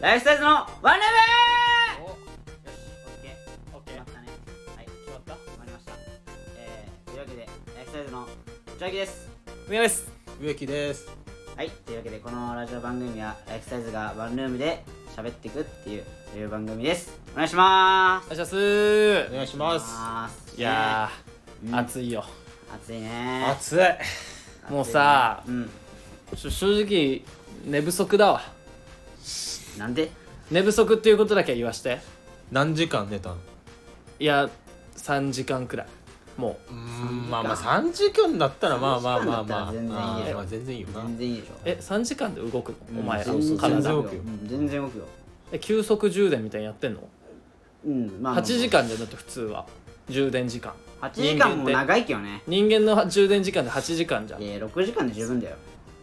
ライフサイズのワンルームおよし、オッケー、オッケ決ーまったね。はい、決まった決まりました。えー、というわけで、ライフサイズのジャギです。宮です植木ですはい、というわけで、このラジオ番組は、ライフサイズがワンルームで喋っていくっていう、そういう番組です。お願いしまーす。お願いしますお願いしますますいやー、うん暑いよー、暑いねー。暑暑いいねもうさうん。ちょ正直寝不足だわなんで寝不足っていうことだけは言わして何時間寝たのいや3時間くらいもううんまあまあ3時間だったらまあまあまあまあ三時間だったら全然いいでしょまあ全然全然いいよないいでしょ。え3時間で動くのお前うん全然体体動動くくよよ。うん全然動くよ。え急速充電みたいにやってんのうん、まあまあまあ。 8時間じゃんだって普通は充電時間8時間も長いけどね。人間の充電時間で8時間じゃんえー、6時間で十分だよ。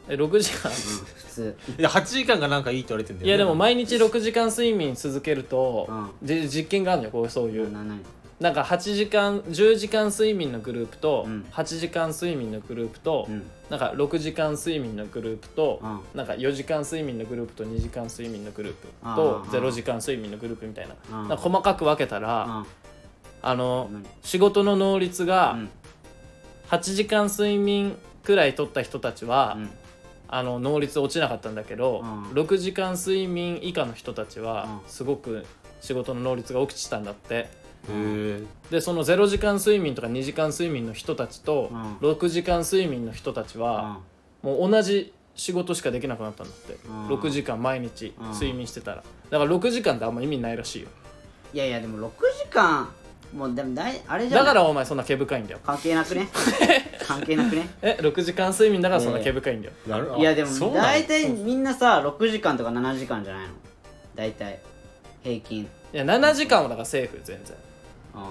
え6時間うん、普通。いや8時間がなんかいいって言われてんだよいねやでも毎日6時間睡眠続けると、うで実験があるのよこうそういう、ななになんか8時間10時間睡眠のグループと、うん8時間睡眠のグループと、うん。なんか6時間睡眠のグループと、うんなんか4時間睡眠のグループと2時間睡眠のグループあとー0時間睡眠のグループみたいな,、うんなんか細かく分けたら、ああの何仕事の能率うがん。 8時間睡眠くらい取った人たちは、うん。あの能率落ちなかったんだけど、うん6時間睡眠以下の人たちはうんすごく仕事の能率が落ちたんだってへーでその0時間睡眠とか2時間睡眠の人たちとうん6時間睡眠の人たちはうもう同じ仕事しかできなくなったんだってうん6時間毎日うん睡眠してたらだから6時間ってあんま意味ないらしいよん。いやいや、でも6時間、もうでもだい、あれじゃだないからお前そんな毛深いんだよ関係なく ね。関係なくね。え6時間睡眠だからそんな毛深いんだよなるあいや、でもそう、なの大体みんなさ、6時間とか7時間じゃないの。大体、平均。いや7時間はだからセーフ全然うん。い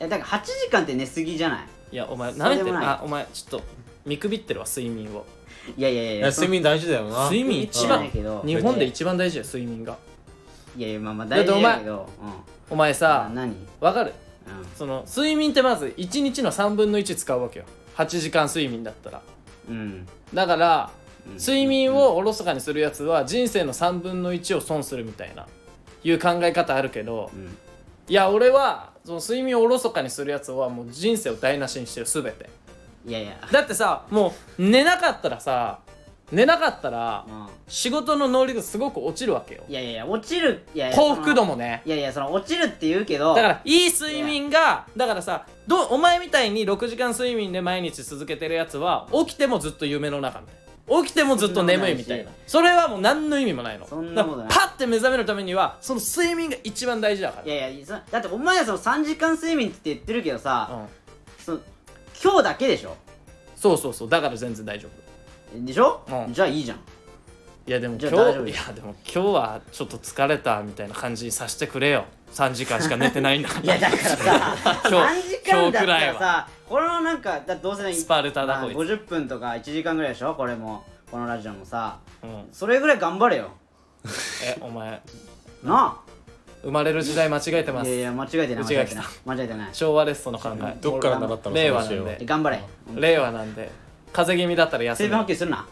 や、だから8時間って寝すぎじゃないいやお前そうなでもめてるないあお前ちょっと見くびってるわ睡眠をいやいやいやいや睡眠大事だよな睡眠一い番やけど日本で一番大事だよ睡眠がいやいや、まあまあ大事だけど。うん。お前さあ何うん。わかるその睡眠ってまず1日の3分の1使うわけよ8時間睡眠だったらうん。だからうん睡眠をおろそかにするやつは人生の3分の1を損するみたいないう考え方あるけどうん。いや俺はその睡眠をおろそかにするやつはもう人生を台無しにしてる全ていやいや。だってさもう寝なかったらさ寝なかったらうん。仕事の能力がすごく落ちるわけよいやいやいや、落ちる。いやいや幸福度もねいやいや、その落ちるって言うけど、だからいい睡眠がだからさどうお前みたいに6時間睡眠で毎日続けてるやつは起きてもずっと夢の中みたいな起きてもずっと眠いみたいなそれはもう何の意味もないのそんなことないだからパッて目覚めるためにはその睡眠が一番大事だからいやいや、そだってお前はその3時間睡眠って言ってるけどさ、うん、その今日だけでしょそうそうそうだから全然大丈夫でしょ、うんじゃあいいじゃん。いやでもじゃ今あ日大丈夫いやでも今日はちょっと疲れたみたいな感じにさせてくれよ3時間しか寝てないんだか らいや、だからさ、 今日3時間だった今日らくらいさ、このなんか、だどうせねスパルタだまあこいつ50分とか1時間ぐらいでしょこれも、このラジオもさ、うん、それぐらい頑張れよ。えお前な生まれる時代間違えてあまいやいすや、間違えてない、う間ち違えがて来なたい。間違えてない。昭和ですその考えどっから習ったの令和その話をなんで頑張れ。うん令和なんで風邪気味だったら休水む分補給するな。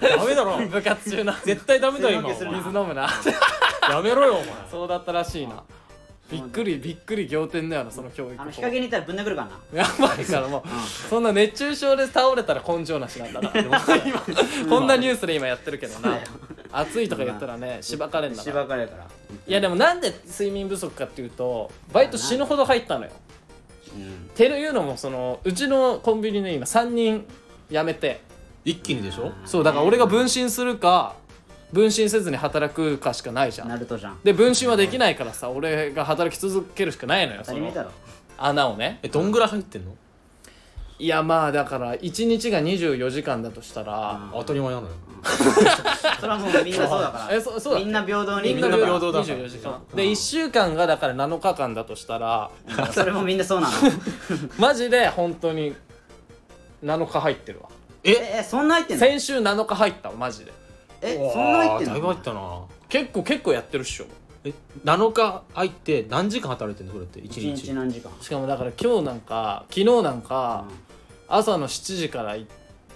ダメだろ 部活中な絶対ダメだよ今水飲おみ前す水飲むな やめろよお前そうだったらしいなびっくりびっくり仰天だよなその教育あ法の、日陰にいたらぶん殴るからな。やばいからもう、そんな熱中症で倒れたら根性なしなんだな今こんなニュースで今やってるけどな暑いとか言ったらねしばかれんだかしらばかれるから。いやでもなんで睡眠不足かっていうとバイト死ぬほど入ったのようん。ていうのもそのうちのコンビニで今3人辞めて一気にでしょそうだから俺が分身するか分身せずに働くかしかないじゃんナルトじゃん。で分身はできないからさ俺が働き続けるしかないのよ当たそりの前だろ。穴をねえどんぐらい入ってんのいやまあだから1日が24時間だとしたら、当たり前なのよそれはもうみんなそうだから。えそそうだみんな平等に。みんなみんな平平等等だだから24時間で1週間がだから7日間だとしたらうんそれもみんなそうなの。マジで本当に7日入ってるわえ、え、そんな入ってんの先週7日入ったわマジでえ、そんな入ってんだのいぶ入ったな結構結構やってるっしょえ7日入って何時間働いてんのそれって1 1日日何時間しかもだから今日なんか昨日なんか朝の7時から行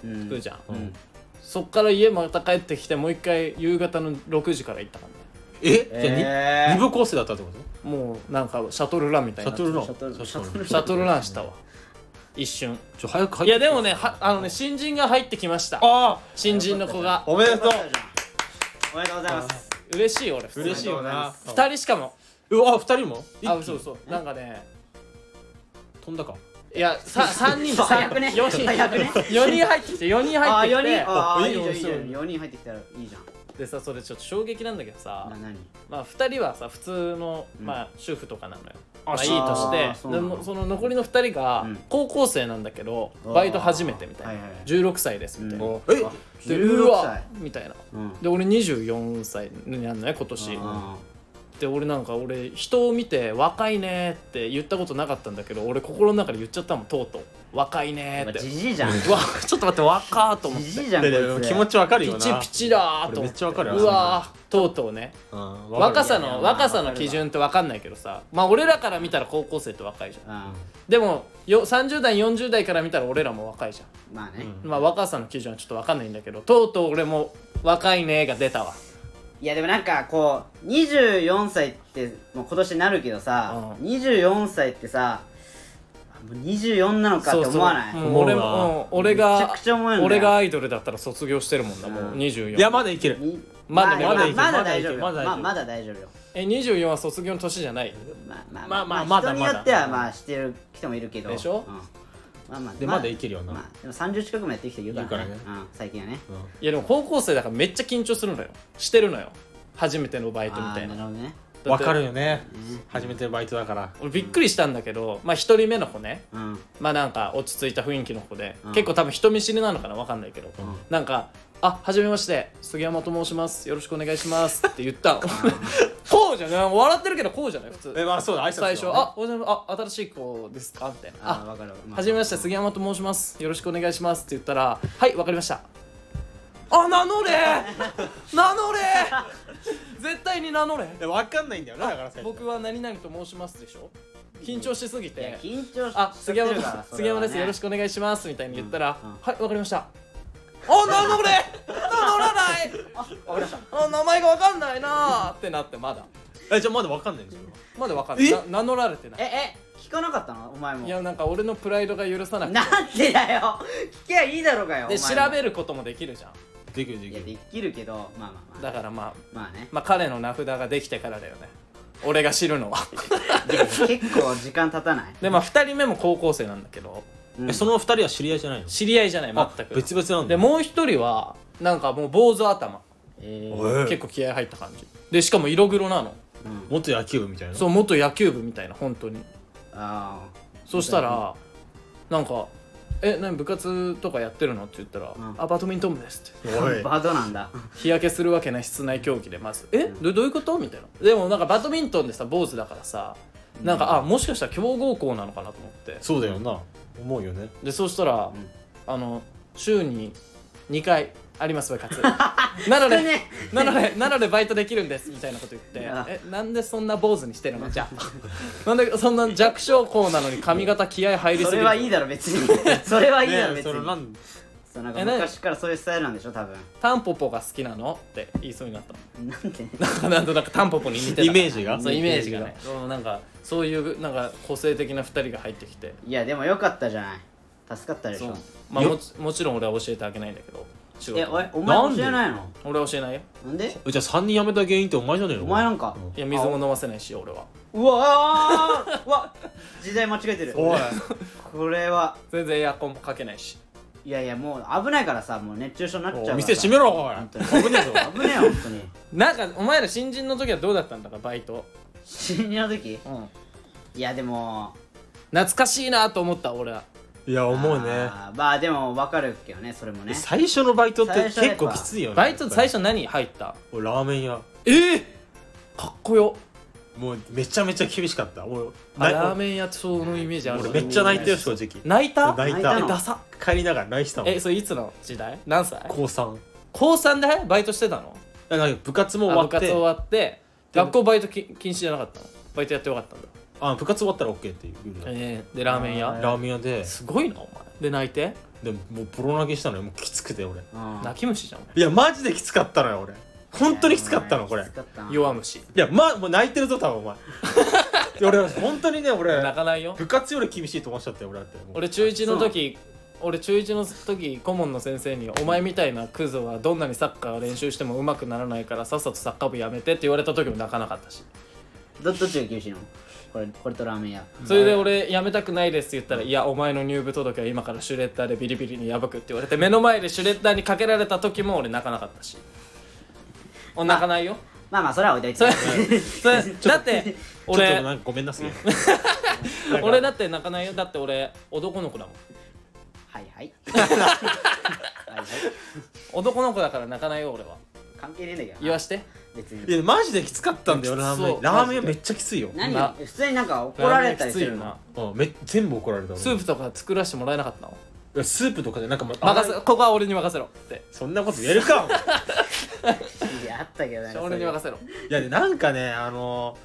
うんくじゃん、うんそっから家また帰ってきてもう一回夕方の6時から行ったからねええーじゃあに二部構成だったってこともうなんかシャトルランみたいシにャなってトるルランシャトル確かシャトルにシャトルランしたわ一瞬ちょ早く入いってやでもねはあのね新人が入ってきましたああ新人の子がおめでとうおめでとうございます嬉しい俺普通に嬉しいよな二人しかもうわ二人も一あ気そうそうなんかね飛んだかいや さ三人三早くね四人早くね四人入ってきて四人あ入って4きて人あーいいいいじゃんよいいじゃそうん4人入ってきたらいいじゃんでさそれちょっと衝撃なんだけどさな何まあ二人はさ普通のうんまあ主婦とかなのよあまあいいそうとしてあそうなでのもその残りの二人がうん高校生なんだけどバイト初めてみたいあーなはいはいはい16歳ですみたいなうんえで16うわ歳みたいなうんで俺24歳になんない今年あで俺なんか俺人を見て「若いね」って言ったことなかったんだけど俺心の中で言っちゃったもんとうとう「若いーね」やっぱってじじいじゃんうわちょっと待って若ーと思っじじていじゃんででこいつ気持ちわかるピよなチピチだー俺と思めっってちゃわかるわうわーとうとうねうんわか若るさいやいのや若さわかのるわ基準って分かんないけどさまあ俺らから見たら高校生って若いじゃんうでもよ30代40代から見たら俺らも若いじんゃまあねうんんまあ若さの基準はちょっと分かんないんだけどとうとう俺も「若いね」が出たわいやでもなんかこう24歳ってもう今年なるけどさう24歳ってさもう24なのかって思わないそうめそうもう俺思うわもうん俺ちゃがくちゃ思うんだよ俺がアイドルだったら卒業してるもんなもううん24いやまだいけるにまだまあまだいまあまけだまだ大いけ丈夫よまだ大丈夫まあまだ大丈夫よえ24は卒業の年じゃないまあまあまあまあまあまだ人にまだよってはまあしてる人もいるけどでしょうんまあまあでまだいけるよまあなでも30近くもやってきて言うからね言うかうん最近はねうんいやでも高校生だからめっちゃ緊張するのよしてるのよ初めてのバイトみあたーいななるほどねわかるよねうん初めてバイトだから俺びっくりしたんだけどまあ一人目の子ねうんまあなんか落ち着いた雰囲気の子で、うん結構多分人見知りなのかなわかんないけど、んなんか「あはじめまして杉山と申しますよろしくお願いします」って言ったのこうじゃない笑ってるけどこうじゃない普え通まあそうだ挨拶最初「だあおはようございますあ新しい子ですか?」みたいな「あーあわかるわはじめまして杉山と申しますよろしくお願いします」って言ったら「はいわかりました」あ名乗れ名乗れ絶対に名乗れねわかんないんだよなだから最初僕は何々と申しますでしょ緊張しすぎいやて緊張しあ杉山しちゃってるからですそ杉れは山ねですよろしくお願いしますみたいに言ったら、うんうんはいわかりましたあ名乗れ名乗らないわかりましたあ名前がわかんないなーってなってまだえじゃあまだわかんないんですよまだわかんないな名乗られてないええ聞かなかったのお前もいやなんか俺のプライドが許 さなくてなんでだよ聞けばいいだろうがよでお調前もべることもできるじゃんできるでいきやるできるけどまあまあまあだからまあまあねまあ彼の名札ができてからだよね俺が知 るのはいや結構時間経たないでまあ2人目も高校生なんだけどうんえその二人は知り合いじゃないの知り合いじゃないあ全く別々なんだでもう一人はなんかもう坊主頭えーえ結構気合入った感じでしかも色黒なのうん元野球部みたいなそう元野球部みたいな本当にあそしたらなんか「え何部活とかやってるの?」って言ったら「うんあバドミントン部です」 って おあバドなんだ日焼けするわけない室内競技でまず「えどどういうこと?」みたいなでもなんかバドミントンでさ坊主だからさなんか、あもしかしたら強豪校なのかなと思ってそうだよな思うよねでそうしたら、んあの週に2回あります部活なのそれでねなのでなのでバイトできるんですみたいなこと言ってあえなんでそんな坊主にしてるのじゃあなんでそんな弱小校なのに髪型気合入りすそぎるれはいいだろ別に それはいいだろえ別それになんそうなんかえ何昔からそういうスタイルなんでしょ多分タンポポが好きなのって言いそうになった のなんでなんかなんとなくタンポポに似てたイメージがそうイメージがねうんなんかそういうなんか個性的な2人が入ってきていやでもよかったじゃない助かったでしそうょ、まあ、もちもちろん俺は教えてあげないんだけど仕事えおいお前も知らないの俺は教えないよなんでえじゃあ三人辞めた原因ってお前じゃねえのお前なんかいや水も飲ませないし俺はうわーうわ時代間違えてるおいこれは全然エアコンもかけないしいやいやもう危ないからさもう熱中症になっちゃうかおらいさ店閉めろおい本当に危 ねえぞ危ねえよ本当になんかお前ら新人の時はどうだったんだかバイト、新入の時うん、いやでも懐かしいなと思った俺はいや思うねあーまあでも分かるけどねそれもね最初のバイトって最初はや結っぱ構きついよねバイト最初初何入ったラーメン屋ええかっこよもうめちゃめちゃ厳しかった俺あなラーメン屋ってそのイメージある俺めっちゃ泣いたよ正直泣いた泣い泣いたたえのダサ帰りながら泣いてたもんえそれいつの時代何歳高3高3でバイトしてたのだから部活もあ終わ部って活終わって学校バイトき禁止じゃなかったのバイトやってよかったんだあ部活終わったら OK っていうルールだええでラーメンえ屋ラーメン屋ですごいなお前で泣いてでももうボロ泣きしたのよもうきつくて俺うん泣き虫じゃんいやマジできつかったのよ俺本当にきつかったのこれきつかったな弱虫いやまあもう泣いてるぞ多分お 前で俺本当にね俺泣かないよ部活より厳しいと思っちゃったよ俺だってもう俺中1の時俺中1の時顧問の先生に「お前みたいなクズはどんなにサッカー練習しても上手くならないからさっさとサッカー部やめて」って言われた時も泣かなかったしどどっちが厳しいのこれこれとラーメン屋それで俺辞めたくないですって言ったら「いやお前の入部届は今からシュレッダーでビリビリに破く」って言われて目の前でシュレッダーにかけられた時も俺泣かなかったしお泣かないよまあまあそれは置いといそてれ それだってちょっと俺なんかごめんなさい俺だって泣かないよだって俺男の子だもんはいはいはいはい男の子だから泣かないよ俺は関係ねえんだけどな言わして別いにやマジできつかったんだよラーメそうンラーメンめっちゃきついよ、何な普通になんか怒られたりするラーメンきついよなのうん、め全部怒られた俺スープとか作らせてもらえなかったのいやスープとかでなんかもう任せここは俺に任せろってそんなこと言えるかおい前やあったけどなんかそう 俺いにう任せろいやでなんかねあの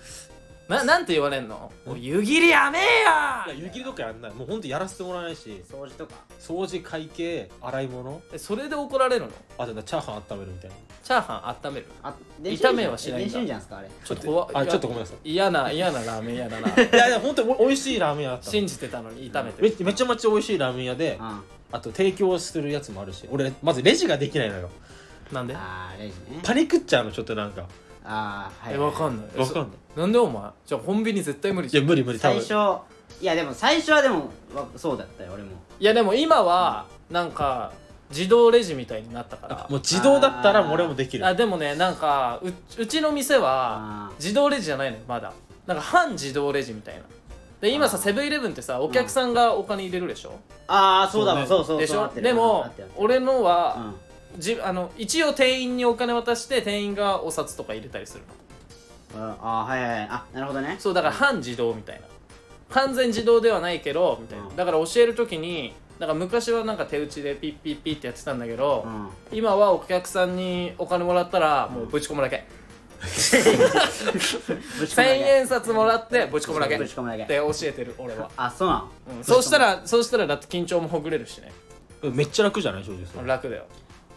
ななんて言われんのおい湯切りやめえやー、いや湯切りとかやんないもうほんとやらせてもらえないし掃除とか掃除会計洗い物えそれで怒られるのあとねチャーハン温めるみたいなチャーハン温めるあ炒めはしないん電だ子レンジなんすかあれちょっと怖あいやちょっとごめんなさい嫌な嫌なラーメン嫌 だないやいや本当にお美味しいラーメン屋だったの信じてたのに炒めてめるめちゃめちゃ美味しいラーメン屋でうんああと提供するやつもあるし俺まずレジができないのよなんであレジねパニクっちゃうのちょっとなんかああはいえわかんないわかんないそなんでお前じゃあコンビニ絶対無理いじゃやん無理無理多最分初いやでも最初はでもわそうだったよ俺もいやでも今はなんか自動レジみたいになったからもう自動だったらもう俺もできるあでもねなんかううちの店はあ自動レジじゃないのよまだなんか半自動レジみたいなで今さあーセブンイレブンってさお客さんがお金入れるでしょ、ーあーそうだわそそううそうでしそうなょってるでもなってるなってる俺のうは、んじあの一応店員にお金渡して店員がお札とか入れたりするのああはいはいはいあなるほどねそうだから半自動みたいな完全自動ではないけどみたいなうんだから教える時になんか昔はなんか手打ちでピッピッピッってやってたんだけど、うん今はお客さんにお金もらったらもうぶち込むだけ、ぶち込むだ千け円札もらってぶち込むだけっぶてち込むだけ教えてる俺は、あそうなのうん、そうしたらそうしたらだって緊張もほぐれるしねめっちゃ楽じゃない正直それ楽だよ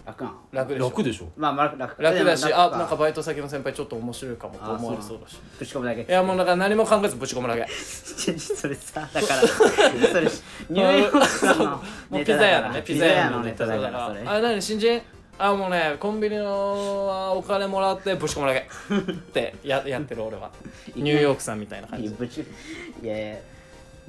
楽なの楽でしょ楽でしょまあまあ楽楽だしあなんかぶバイト先の先輩ちょっと面白いかもと思われそうだしち込むだけいやもうだから何も考えずぶち込むだけ それさだからそれニューヨ ークのもうネピタザだ屋かだらねピピザザ屋屋ののネネタタだだかかららそれあ何新人あもうねコンビニのお金もらってぶち込 むだけってややってる俺はニューヨークさんみたいな感いやじぶちいやいや、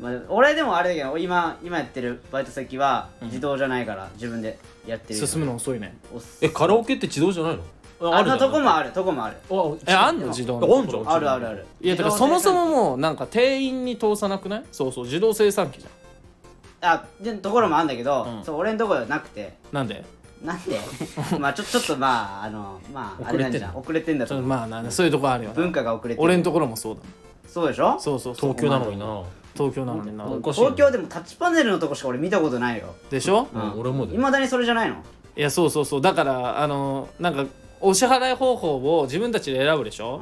まあ、俺でもあれだけど今今やってるバイト先は自動じゃないから、自分でやってる進むの遅いねおっすえカラオケって自動じゃないのあのとこもああるとこもあるるえじゃんああんの自動のあんじゃんあるあるあるいやだからそもそももうなんか店員に通さなくないそうそう自動生産機じゃんあでところもあるんだけど、うんそう俺のところはなくてなんでなん でまあちょちょっとまああのまああ遅れれなんてんのじゃん遅れてんだちとょっと思うまあなそういうとこあるよな文化が遅れて俺のとところもそうだそうでしょそうそうそう東京なのにな東京なのになおかしいな東京でもタッチパネルのとこしか俺見たことないよでしょうん俺もだいよまだにそれじゃないのいやそうそうそうだからあのなんかお支払い方法を自分たちで選ぶでしょ、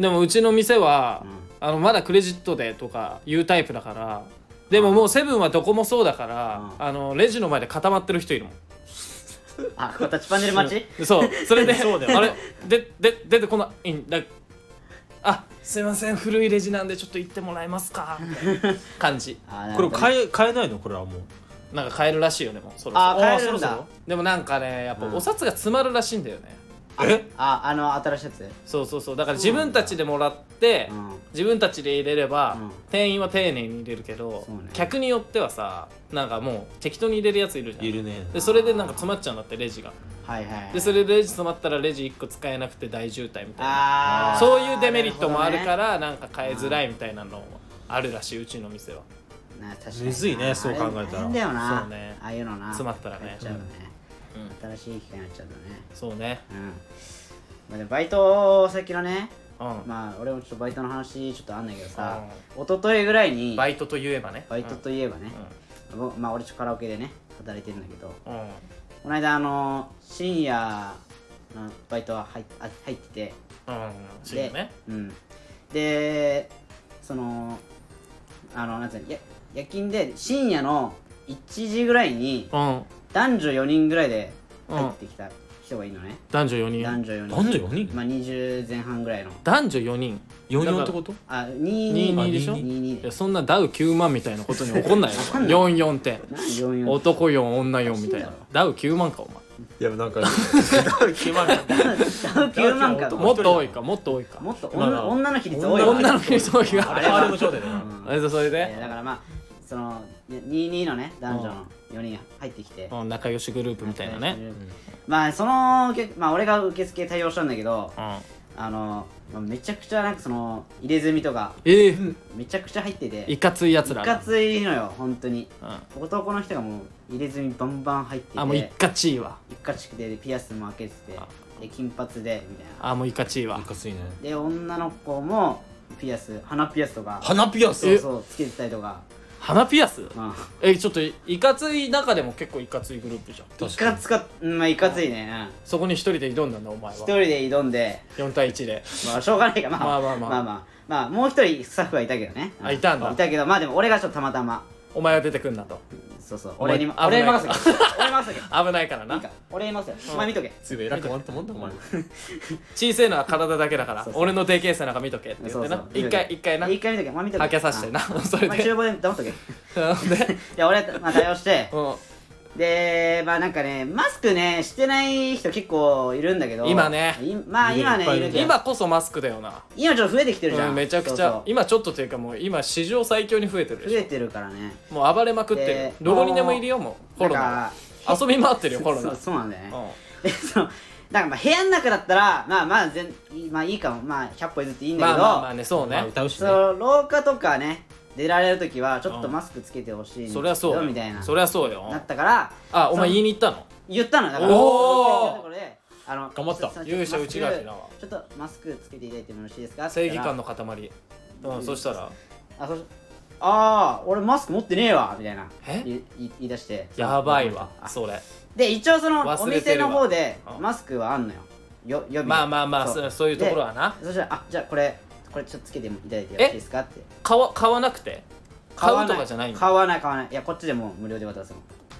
でもうちの店は、あのまだクレジットでとかいうタイプだからでももうセブンはどこもそうだから、うあのレジの前で固まってる人いるもんあこれタッチパネル待ちそうそ れでそうだよあれでで出てこないんだあすいません古いレジなんでちょっと行ってもらえますか みたいな感じあなこるれほど変え変えないのこれはもうなんか買えるらしいよでもそろそろあ変えそるろんそだろでもなんかねやっぱうんお札が詰まるらしいんだよね、えああの新しいやつそうそうそうだから自分たちでもらって、うん自分たちで入れれば、うん店員は丁寧に入れるけど、そうね客によってはさなんかもう適当に入れるやついるじゃんいるねでそれでなんか詰まっちゃうんだってレジがはいはいはいでそれでレジ詰まったらレジ1個使えなくて大渋滞みたいなあーそういうデメリットもあるなかるらなんか買いづらいみたいなのあるらしいうちの店はほどねな確かにむずいねそう考えたらあれ大変だよなそうねああいうのな詰まったらねやっちゃうよねうん新しい機会になっちゃうとねそうねうんまあでもバイト先のねうん、まあ俺もちょっとバイトの話ちょっとあんだけどさ一昨日ぐらいにバイトといえばねバイトといえばねうぼまあ俺ちょっとカラオケでね働いてるんだけどん、うんこの間あの深夜のバイトは入っあ入っててうんうんそうよねうん、でそのあのなんつうのや夜勤で深夜の1時ぐらいにうん男女4人ぐらいで入ってきた人がいいのね男女4人男女4人男女4人まあ20前半ぐらいの男女4人 ?44 ってことあ22 2222でしょい22でやそんなダウ9万みたいなことに怒んないよ44って何44男4女4みたいなダウ9万かお前いや なんか9万かもっと多いかもっと多いかもっとまあま女あ女の比率多いわ女の子そういうああれはあれもそうだよねれとそれいでやだからまあその22のね男女の4人入ってきてうん仲良しグループみたいなねまあそのけまあ俺が受付対応したんだけどうんあの、まあ、めちゃくちゃなんかその入れ墨とかええーめちゃくちゃ入ってていかついやついらかついのよ本当にうん男の人がもう入れ墨バンバン入っててあもういかちいわ一かちくてでピアスも開けててで金髪でみたいなあもういかちいわいかついねで女の子もピアス鼻ピアスとか鼻ピアそうスそうつけてたりとか鼻ピアスうんえちょっといかつい中でも結構いかついグループじゃんいかつかうんまあいかついねうんそこに一人で挑んだんだお前一は人で挑んで4対1でまあしょうがないからまあまあまあまあまあまあまあもう一人スタッフはいたけどねあいたんだいたけどまあでも俺がちょっとたまたまお前は出てくんなとそうそうお前俺に危な俺いに任せとけ俺に任せと危ないか けらいいなか俺に任せとけお前見とけつい偉くなったもんだお前小さいのは体だけだからそうそう俺のでけえ背中見とけって言そっうてそなう一回一回な一回見とけお前見とけはけさしてな そうんれお前で厨房で黙っとけ いうんでや俺まあ対応してうんでまあなんかねマスクねしてない人結構いるんだけど今ねいまあいる今ねいっぱいいいるるけど今こそマスクだよな今ちょっと増えてきてるじゃん、うんめちゃくちそゃうそう今ちょっとというかもう今史上最強に増えてるで増しえてるからねょもう暴れまくってでるどこにでもいるよもうコロナだ遊び回ってるよコからロナそうそうなんだよね、うでんそのなんかまあ部屋の中だったらまあまあ全まあいいかもまあ100歩譲っていいんだまけあど、まあまあねそうまあね歌うしそねの廊下とかね出られる時はちょっとうんマスクつけてほしいんですそりゃそうよよみたいなそりゃそうよなったからあそお前の言いに行ったの言ったのだからおー僕が言ったところであの頑張ったすいません勇者内垣だわちょっとマスクつけていただいてもよろしいですか正義感のの塊うんうんそしたらあそあー俺マスク持ってねえわみたいなえいい言い出してやばいわあそれで一応そのお忘れて店るわの方でうんマスクはあんのよよ予備まあまあまあそうそそういうところはなでそしたらあじゃあこれこれちょっとつけていただいてよろしいですかって買わ買わなくて買うとかじゃないんだ買わない買わないいやこっちでもう無料で渡す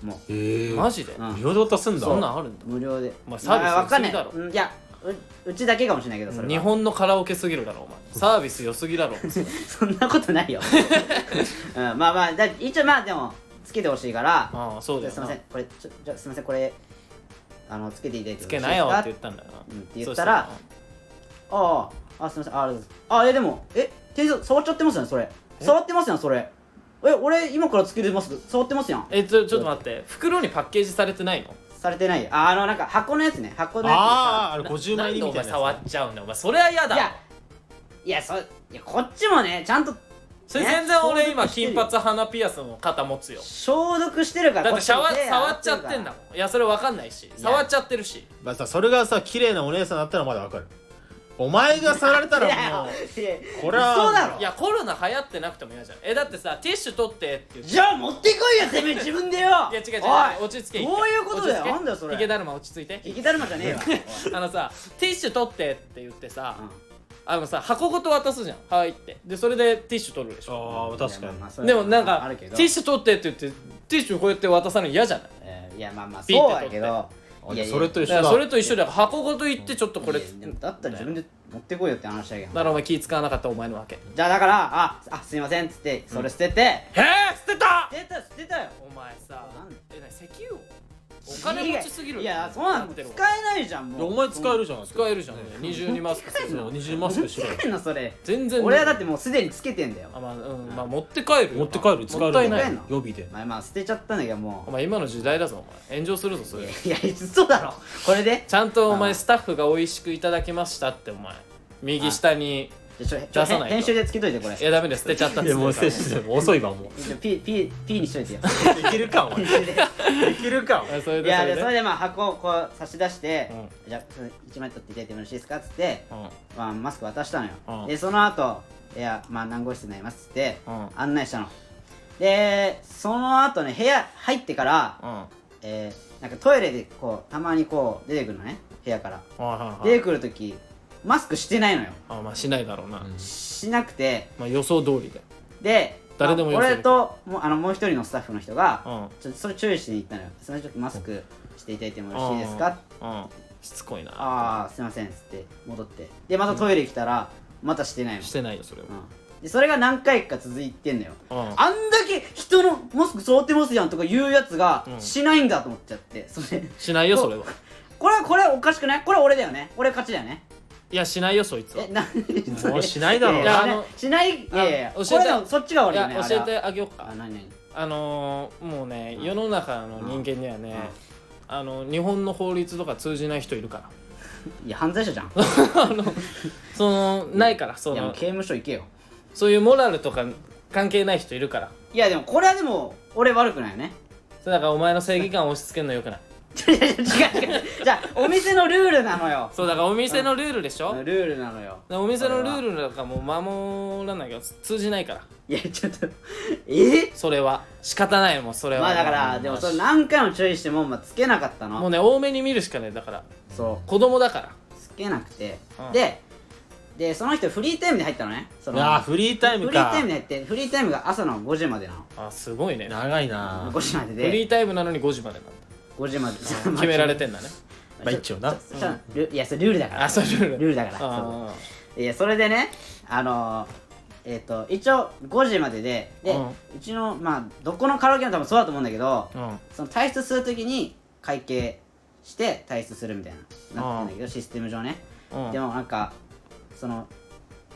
もんもええマジでうん無料で渡すんだそんなんあるんだう無料でお前サービスまあわかんない良すぎだうんいやううちだけかもしれないけどそれは日本のカラオケすぎるだろお前サービス良すぎだろそんなことないよ、うん、まあまあだ一応まあでもつけてほしいから ああそうじだゃあすいまよなせんこれちょじゃあすいませんこれあのつけていただいてよろしいつけですなかよって言ったんだようなんって言ったらあああすいませんあありがとうございますあえでもえ店員さん触っちゃってますよねそれ触ってますよねそれえ俺今からつけてます触ってますやんえちょちょっと待って袋にパッケージされてないのされてないよああのなんか箱のやつね箱のやつでさあああれ50枚入りみたいななんでお前触っちゃうんだよお前それは嫌いやだいやそいやこっちもねちゃんとそれね全然俺今そういう金こと髪鼻ピアスの肩持つよ消毒してるからだってシャワこーちも手触っちゃってんだ洗もんいやそれ分かんないしや触っちゃってるしまあさそれがさ綺麗なお姉さんだったらまだわかるお前が触られたかららもういやいやこれは嘘だろいやコロナ流行ってなくても嫌じゃんえだってさティッシュ取ってって言ってじゃあ持ってこいよてめえ自分でよいや違う違うおい落ち着けどういうことだよ落ち着けなんだよそれ池だるま落ち着いて池だるまじゃねえ わあのさティッシュ取ってって言ってさ、うんあのさ箱ごと渡すじゃんはいってでそれでティッシュ取るでしょああ確かいやまあまあにそれでもなんあかるテけィどッシュ取ってって言ってティッシュこうやって渡さない嫌じゃないえーいやまあまあピッてそう取ってだけどあいやいやそれとだ一か緒だらそれと一緒だから箱ごと言ってちょっとこれいやでもだったら自分で持ってこいよって話だけどだからお前気使わなかったお前のわけじゃあだからああすいませんっつってそれ捨てて、へえ捨てた捨てた捨てたよお前さなんでえなに石油王お金持ちすぎるいやそうなんっだてよるわ使えないじゃんいもやうお前使えるじゃん使えるじゃんね二重にマスクす使えるるのの二重マスク しろよ使えんのそれ全然俺はだってもうすでにつけてんだよあまあうんまあ持って帰るよ持って帰る使えるもっじたゃいんないいない予備でまあまあ捨てちゃったんだけどもお前今の時代だぞお前炎上するぞそいれやいや嘘だろこれでちゃんとおあ前あスタッフが美味しくいただきましたってお前右下にちょちょ出さないと編集でつけといてこれいやダメだよ捨てちゃったっつっいてやるもうから接種遅いわもうちょ P, P, P にしといてよできるかお前 できるかお前あそれいでそやれででそれでまあ箱をこう差し出して、じゃあそれ1枚取っていただいてもよろしいですかっつって、うまあ、マスク渡したのよ、うんでその後いやまあ何号室になりますっつって、うん案内したのでその後ね部屋入ってから、んうんえーなんかトイレでこうたまにこう出てくるのね部屋からはいはいは出いてくる時マスクしてないのよあまあしないだろうなうんしなくてまあ予想通りでで誰でもまあ寄せ俺るともうあのもう一人のスタッフの人が、うんちょっとそれ注意して行ったのよすみませんちょっとマスクしていただいてもよろしいですかうんしつこいなああすいませんっつって戻ってでまたトイレ来たら、またしてないもんしてないよそれは、うんでそれが何回か続いてんのようんあんだけ人のモスク触ってますやんとか言うやつがうんしないんだと思っちゃってそれしないよそれはこれはこれはおかしくないこれは俺だよね俺勝ちだよねいやしないよそいつはえなそれもうしないだろういやいいやあやのしないいやいやあこ教えれてでもそっちがい悪いよねや教えあれはてあげようあか何何あのーもうねうん世の中の人間にはね、うんあの日本の法律とか通じない人いるからいや犯罪者じゃん あのそのないからそいやもうの刑務所行けよそういうモラルとか関係ない人いるからいやでもこれはでも俺悪くないよね それだからお前の正義感を押し付けるのよくない違う違う違うじゃあお店のルールなのよそうだからお店のルールでしょ、ルールなのよお店のルールなんかもう守らないけど通じないからいやちょっとえそれは仕方ないもんそれはまあだからでもそれ何回も注意してもまあつけなかったものうね多めに見るしかないだからそ子供だからうつけなくてうんででその人フリータイムで入ったのねそのああフリータイムフリーかタイムで入ってフリータイムが朝の5時までなのあすごいね長いな5時までフリでータイムなのに5時までなんだ5時まで決められてんだねまあ一応なそしたらルいやそれルールだからあそうルールルールだからそうあいやそれでねあのーえっ、と一応5時まででで、ううんちのまあどこのカラオケの多分そうだと思うんだけど、ーうんその退出するときに会計して退出するみたいななってるんだけどシステム上ね、うんでもなんかその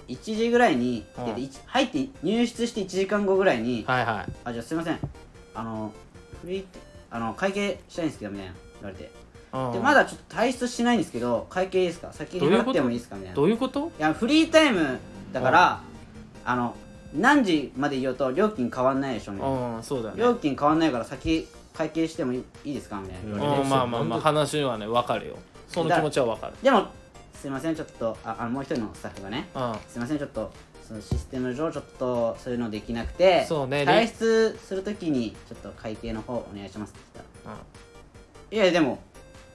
1時ぐらいに、うんでいち入って入室して1時間後ぐらいに「はいはいあじゃあすいませんあのフリーあの会計したいんですけど」みたいな言われて、うんでまだちょっと退出しないんですけど会計いいですか先にどういうこ払とってもいいですかみたいなどういうこといやフリータイムだから、あの何時まで言うと料金変わんないでしょみたいな、うんそうだよね料金変わんないから先会計してもいいいいですかみたいな言われて、うんまあまあまあ話はね分かるよその気持ちは分かるでもすいませんちょっとああのもう一人のスタッフがねうすいませんちょっとそのシステム上ちょっとそういうのできなくてそうね退出するときにちょっと会計の方お願いしますって言ったんうんらいやでも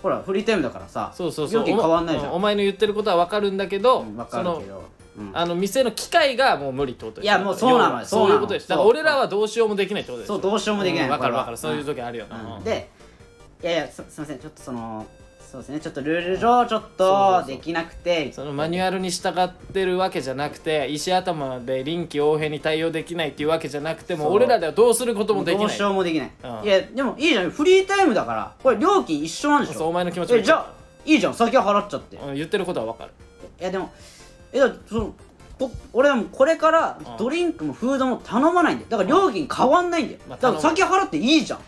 ほらフリータイムだからさそうそうそう料金変わんないじゃん、おお前の言ってることは分かるんだけどうんわかそのるけど、うんあの店の機械がもう無理ってことでしょいやもうそうなのよそういうそうなのことですだから俺らはどうしようもできないってことでしょそうどうしようもできないんわかこるれはわかるそういう時あるよなううんんでいやいやすすいませんちょっとそのそうですねちょっとルール上ちょっとできなくてそのマニュアルに従ってるわけじゃなくて石頭で臨機応変に対応できないっていうわけじゃなくてもそう俺らではどうすることもできどうないしようもできない、うんいやでもいいじゃんフリータイムだからこれ料金一緒なんでしそうょお前の気持ちもえじゃあいいじゃん先は払っちゃって、いうん言ってることは分かるやでもえだってそのこ俺はもうこれからうんドリンクもフードも頼まないんだよだから料金変わんないんだよ、まあだから先払っていいじゃん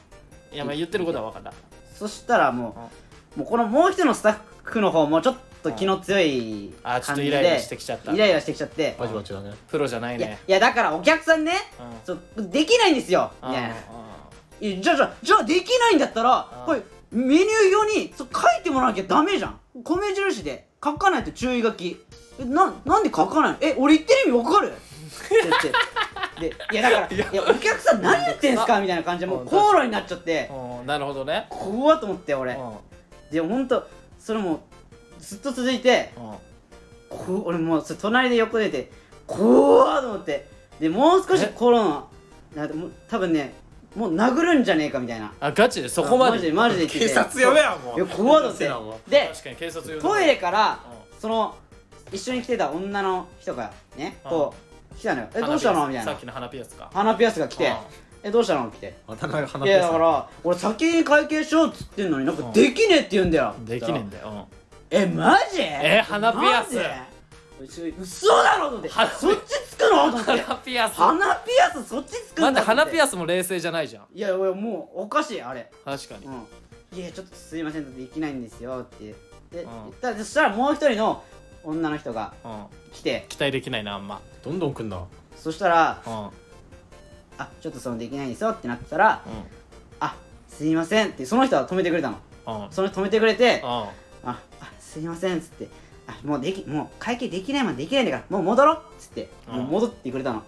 いやまあ言ってることは分かるそしたらもう,、もうこのもう一人のスタッフの方もちょっと気の強いあちょっ感とじでイライラしてきちゃったイライラしてきちゃってバチバチだねプロじゃないいやいねやだからお客さんね、うそうできないんですよ、うんみたいうんなえじゃあじゃあじゃあできないんだったら、うんこれメニュー用にそう書いてもらわなきゃダメじゃん米印で書かないと注意書きえななんで書かないのえ俺言ってる意味わかるって言ってでいやだ からいやお客さん何言ってんすかみたいな感じでもううん口論になっちゃってうんうんなるほどね怖っと思ってう俺んでほんとそれもうずっと続いてうんこう俺もうそれ隣で横出て怖ーと思ってでもう少しえコロナなんてもう多分ねもう殴るんじゃねえかみたいなあガチでそこまマジででマジで言ってて警察呼べよもいうや怖ーとせな思もっうてで確かに警察呼んだトイレからうその一緒に来てた女の人がねうんこう来たのよ「えどうしたの?」みたいさなっきの鼻ピアスか鼻ピアスが来うてん「えどうしたの?」来て渡辺花いやだから俺先に会計しようっつってんのになんかうんできねえって言うんだよできねえんだよえマジえ鼻ピアスマジ嘘だろと思って鼻そっちつくのと思って鼻ピアス鼻ピアスそっちつくん待だってって鼻ピアスも冷静じゃないじゃんいや俺もうおかしいあれ確かにうんいやちょっとすいませんできないんですよってで、言んったらそしたらもう一人の女の人がうん来て期待できないなあんまどんどん来んなそしたらうん「あちょっとそのできないんですよ」ってなったら「あすいません」ってその人は止めてくれたのうんうんその人止めてくれてう「んああすいません」っつって「あもうできもう会計できないまでできないんだからもう戻ろう」っつって、うんもう戻ってくれたのうん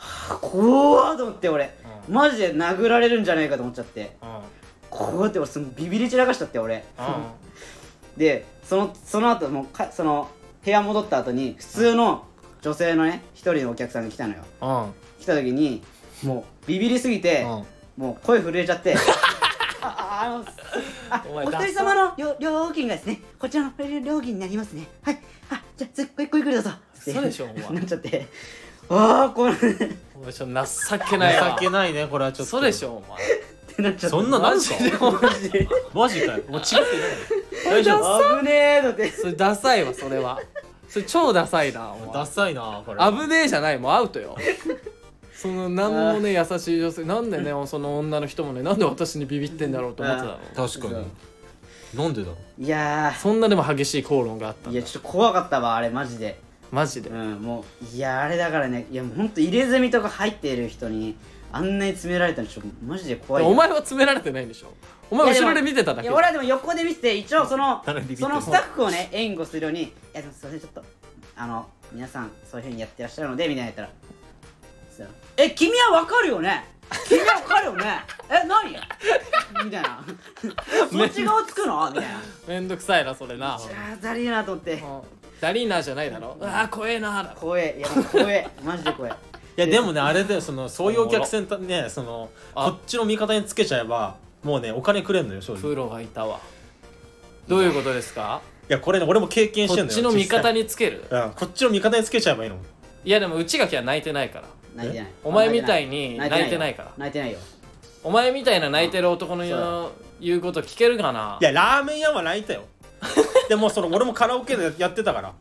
あ怖っと思って俺うマジで殴られるんじゃないかと思っちゃってうんうんこうやって俺そのビビり散らかしちゃって俺でそのその後もうかその部屋戻った後に普通の女性のね一人のお客さんが来たのようん来た時にもうビビりすぎて、うんもう声震えちゃってああ あのあおお前一人様の料料金がですねこちらの料金になりますねはいあじゃあずっごゆっくりどうぞ嘘でしょお前 なっちゃってああこれっお前ちょっと情けないわ情けないねこれはちょっと嘘でしょお前てなっちゃってそんななんすマかジでお前マジかよもう違ってない大丈夫危ねえだってそれダサいわそれはそれ超ダサいなお前ダサいなこれ危ねえじゃないもうアウトよそのなんもね優しい女性なんでねその女の人もねなんで私にビビってんだろうと思ってたの確かになんでだろういやそんなでも激しい口論があったーんいだやちょっと怖かったわあれマジでマジでうんもういやあれだからねいやもうほんと入れ墨とか入っている人にあんなに詰められたのちょっとマジで怖いよお前は詰められてないんでしょお前いや後もろで見てただいけや俺はでも横で見てて一応その誰にビビってそんののスタッフをね援護するように「いやでもそれちょっとあの皆さんそういうふうにやってらっしゃるので」みたいなやったらそう「え君はわかるよね君はわかるよねえ何?」みたい な「そっち側つくの?」みたいなめんどくさいなそれなあーだりーなと思ってうんダリーナーじゃないだろうわあ怖えなーだろ怖えいやもう怖え マジで怖えいやでもねあれだよそのそういうお客さんたねそのあこっちの味方につけちゃえばもうねお金くれんのよ正直いプロがいたわどういうことですかやこれね俺も経験しこてっんだちよの味方ににつけるうんこっちの味方につけちゃえばいいのいやでも内垣は泣いてないから泣いてないお前みたいに泣いてないよから泣いてないよお前みたいな泣いてる男のそうだ言う言うこと聞けるかないやラーメン屋は泣いた よでもその俺もカラオケでやってたから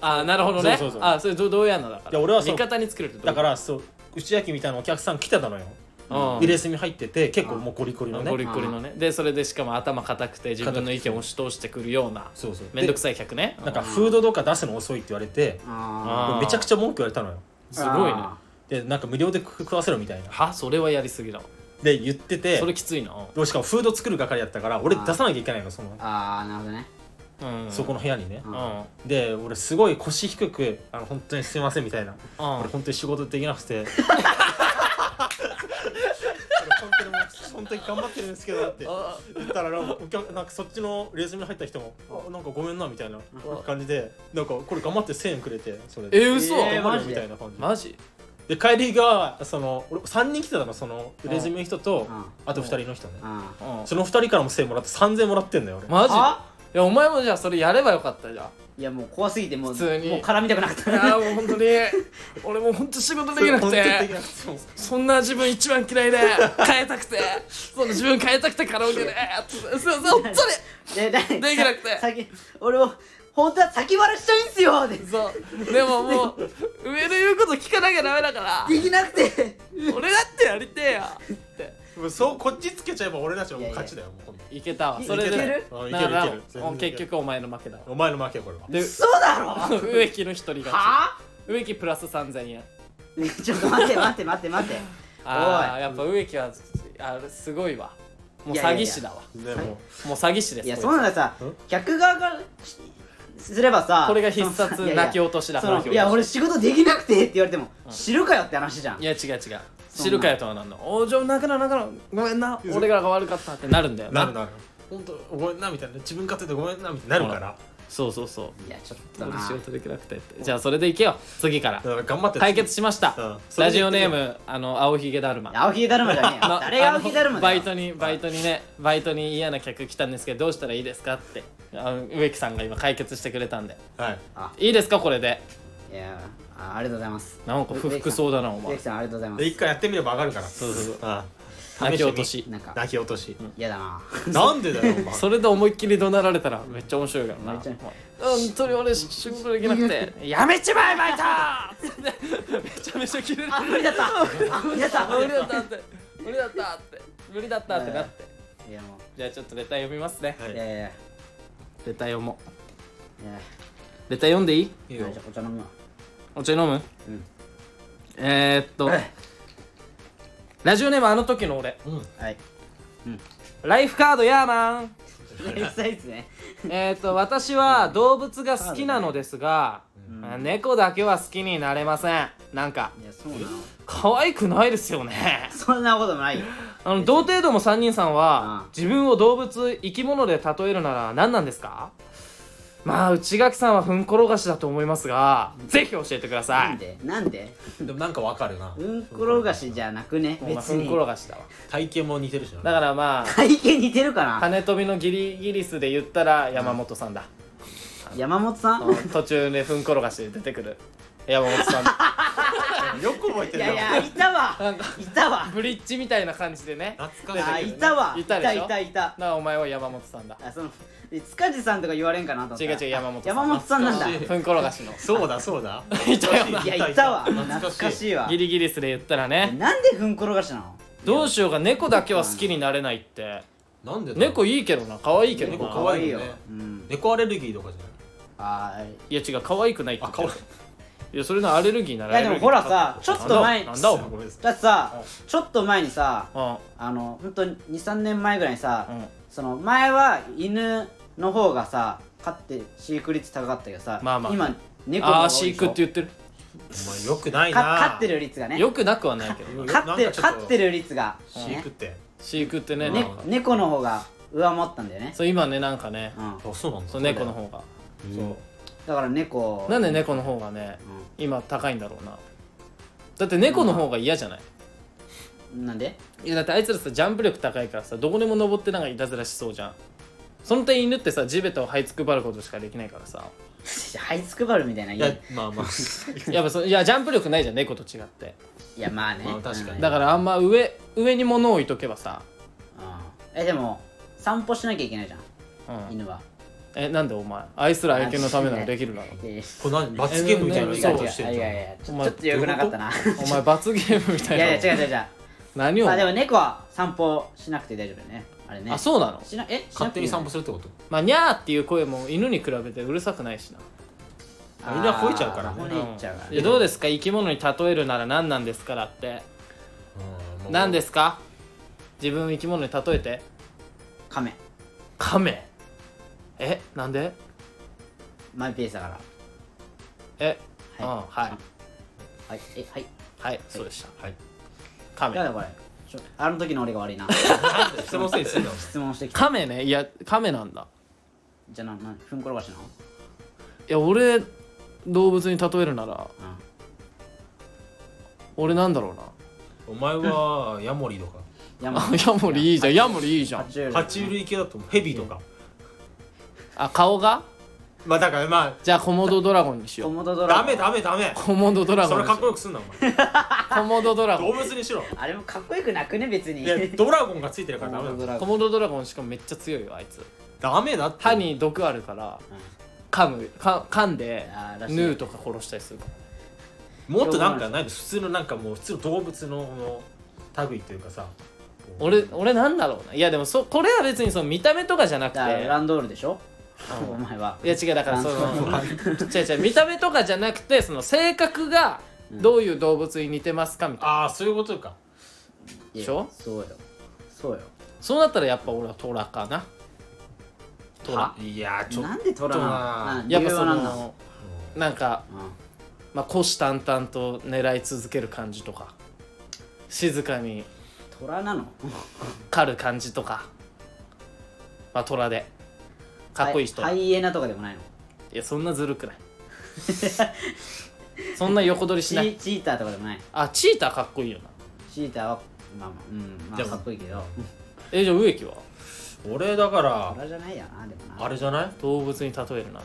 あなるほどねそうそうそうあそれどどうやんのだからいや俺はそう味方につけるってどうだからそう内焼きみたいなお客さん来てたのようん入れ墨入ってて結構もうゴリゴリのねゴリゴリのねでそれでしかも頭固くて自分の意見を押し通してくるようなそうそうめんどくささい客ねなんかフードとか出すの遅いって言われてああーめちゃくちゃ文句言われたのよーすごいねあでなんか無料で食食わせろみたいなはそれはやりすぎだわで言っててそれきついなどうしかもフード作る係やったから俺あー出さなきゃいけないのそのーあーなるほどねうんそこの部屋にねううんんで俺すごい腰低くあの本当にすいませんみたいなうん俺本当に仕事できなく て俺本当にもう本当に頑張ってるんですけどだってあ言ったらなんかお客なんかそっちのレースに入った人もあなんかごめんなみたいな感じでなんかこれ頑張って1000円くれてそれでえ嘘えー頑張マるジみでたいな感じマジで帰りがその俺3人来てたのそのんレジュメの人とうんあと2人の人ねあーうんその2人からも1000円もらって3000円もらってんだよ俺マジあいやお前もじゃあそれやればよかったじゃんいやもう怖すぎてもう普通にもう絡みたくなかっいやたーもう本当に俺もう本当仕事できなく本当にできてなくてもうそんな自分一番嫌いで変えたくてその自分変えたくてカラオケでつすいません本当 でにできできなくて先俺を本当は先払いしたいんすよでそうでももう上の言うこと聞かなきゃダメだからできなくて 俺だってやりてえよってもうそうこっちつけちゃえば俺たちはもう勝ちだよもうほんといけたわいそれいけでるうんいだけかるいらける全もう然い結ける局お前の負けだわお前の負けよこれはでそうだろは 植木の一人勝ちあ植木プラス3000円ね ちょっと待って待って待って 待ってあおあいやっぱ植木はあれすごいわもういやいや詐いや欺師だわでももう詐欺師ですいやこそんなのさん客側からしすればさこれが必殺そのいやいや泣き落としだその泣き落としいや俺仕事できなくてって言われても知るかよって話じゃんいや違う違う知るかよとはなんのおじゃあ泣くな泣くなごめんな俺らが悪かったってなるんだよなるなる本当ごめんなみたいな自分勝手でごめんなみたいになるからそうそうそういやちょっと俺な仕事できなくてってじゃあそれでいけよ次からだから頑張って解決しました、うんそれラでジいオってみネよーうムあの青ひげだるま青ひげだるまじゃねえよの誰が青ひげだるまだバよイトにバイトにねバイトに嫌な客来たんですけどどうしたらいいですかってあの植木さんが今解決してくれたんではいいいですかこれでいやあありがとうございますなんか不服そうだなお植前木さんありがとうございまです一回やってみればわかるからそうそうそうああ泣き落としなんか泣き落とし嫌だななんでだよお前それで思いっきり怒鳴られたらめっちゃ面白いからなめっちゃ本当に俺仕事できなくて「やめちまえバイト!」めちゃめちゃキレるあ無理だっ たあ無理だった無理だったって無理だったって無理だったってなっていやもう じゃあちょっとレター読みますねはいいやいやいやレター読もういやレター読んでいいいいじゃよあお茶飲むわお茶飲むうんえー、っとはいラジオネームあの時の俺はいライフカードやーマンライフサイズねえー、っと私は動物が好きなのですが、あ猫だけは好きになれませんなんかいやそうなの可愛くないです よねそんなこともないよあの同程度も3人さんはうん自分を動物生き物で例えるなら何なんですかまあ内垣さんはふんころがしだと思いますがぜひ教えてくださないんでなんででもなんかわかるなうんころがしじゃなくねもうまあ別ふんにころがしだわ体型も似てるしなだからまあ体型似てるかな羽飛びのギリギリスで言ったら山本さんだ、山本さんあの途中でふんころがしで出てくる山本さんよく覚えていやるないやいたわなんか いたわブリッジみたいな感じでねだか懐かあしいいたわいたでしょいたいたらお前は山本さんだあそのえ塚地さんとか言われんかなと思った違う違う山本さん山本さんなんだ懐かしいふんころがしのそうだそうだいたよないやいたわ懐懐かかししいいわギリギリスで言ったらえねなんでふんころがしなのどうしようか猫だけは好きになれないってなんでだ猫いいけどな可愛いけど猫な可愛いよ可ねうん猫アレルギーとかじゃないあーいや違う可愛くないって言ってるあ可いやそれのアレルギーならいやでもほらさちょっと前なだんだおごめんなさいってさちょっと前にさ前あの本当に23年前ぐらいにうさんうんその前は犬の方がさ飼って飼育率高かったけどさまあまあ今猫の方あが多あいでしょ飼育って言ってるお前よくないかな飼ってる率がねよくなくはないけどよ飼ってなんかるちょっ飼とってる率が飼育って飼育ってねねなんねか猫の方が上回ったんだよねそう今ねなんかねうんあそうなんだそう猫の方がそうだから猫なんで猫の方がねう今高いんだろうなだって猫の方が嫌じゃないんなんで いやだってあいつらさジャンプ力高いからさどこでも登ってなんかいたずらしそうじゃんその点犬ってさ地べたを這いつくばることしかできないからさはいつくばるみたいないいややいまあまあやっぱそいやジャンプ力ないじゃん猫と違ってやまあねまあ確かにだからあんま上上に物を置いとけばさ、うんうんえでも散歩しなきゃいけないじゃんうん、犬はえなんでお前愛する愛犬のためならできるだろいやいやこれ何罰ゲームみたいなえの違うそう違うしてあるいじゃやんいやちおょ前ちょっと良くなかったなお前罰ゲームみ たいいなやいや違う違う違う何を、まあでも猫は散歩しなくて大丈夫だよねあれねあそうなのしなえしな勝くて手いいによ散ね歩するってことまあニャーっていう声も犬に比べてうるさくないしなあーみんな吠えちゃうからねまあ吠えちゃうからいねやどうですか生き物に例えるなら何なんですからってうん何ですか自分を生き物に例えてカメカメえなんでマイペースだからえ、うんははいいはいえはいはいそうでしたはいカやメだこれちょあの時の俺が悪いななんでそのせいにするの質問してきたカメねいやカメなんだじゃあななふんころがしなのいや俺動物に例えるならうん俺俺なんだろうなお前はヤモリとか山あヤモリいいじゃんヤモリいいじゃ爬ん虫類爬虫類系だと思うヘビとかあ顔がまあだからまじゃあコモドドラゴンにしコようモドドあラゴダンメダメダメコモドドラゴそンれにしかようっこよくすんなお前コモドドラゴ動ン物にしろあれもかっこよくなくね別にいやドラゴンがついてるからダメだコモドドラゴンしかもめっちゃ強いよあいつダメだって歯に毒あるから噛むか噛んであーらしいヌーとか殺したりするからもっとなんかないの普通のなんかもう普通の動物のこの類というかさ俺俺なんだろうないやでもそこれは別にその見た目とかじゃなくてだからランドールでしょうんお前はいや違うだからそランドの違う違う見た目とかじゃなくてその性格がどういう動物に似てますかみたいな、ああそういうことかいやでしょそうよそうよそうなったらやっぱ俺はトラかなトラはいやーちょっなんで虎なのなあ理やっ由ぱそは何なののなんか、まあ、虎視眈々と狙い続ける感じとか静かに虎なの狩る感じとかまあ虎でかっこいい人、ハイい、ハイエナとかでもないのやそんなずるくないそんな横取りしチ ないーチーターとかでもないあチーターかっこいいよなチーターはまあまあうんまあでもかっこいいけどえじゃあ植木は俺だから虎じゃないよなでもなあれじゃない動物に例えるな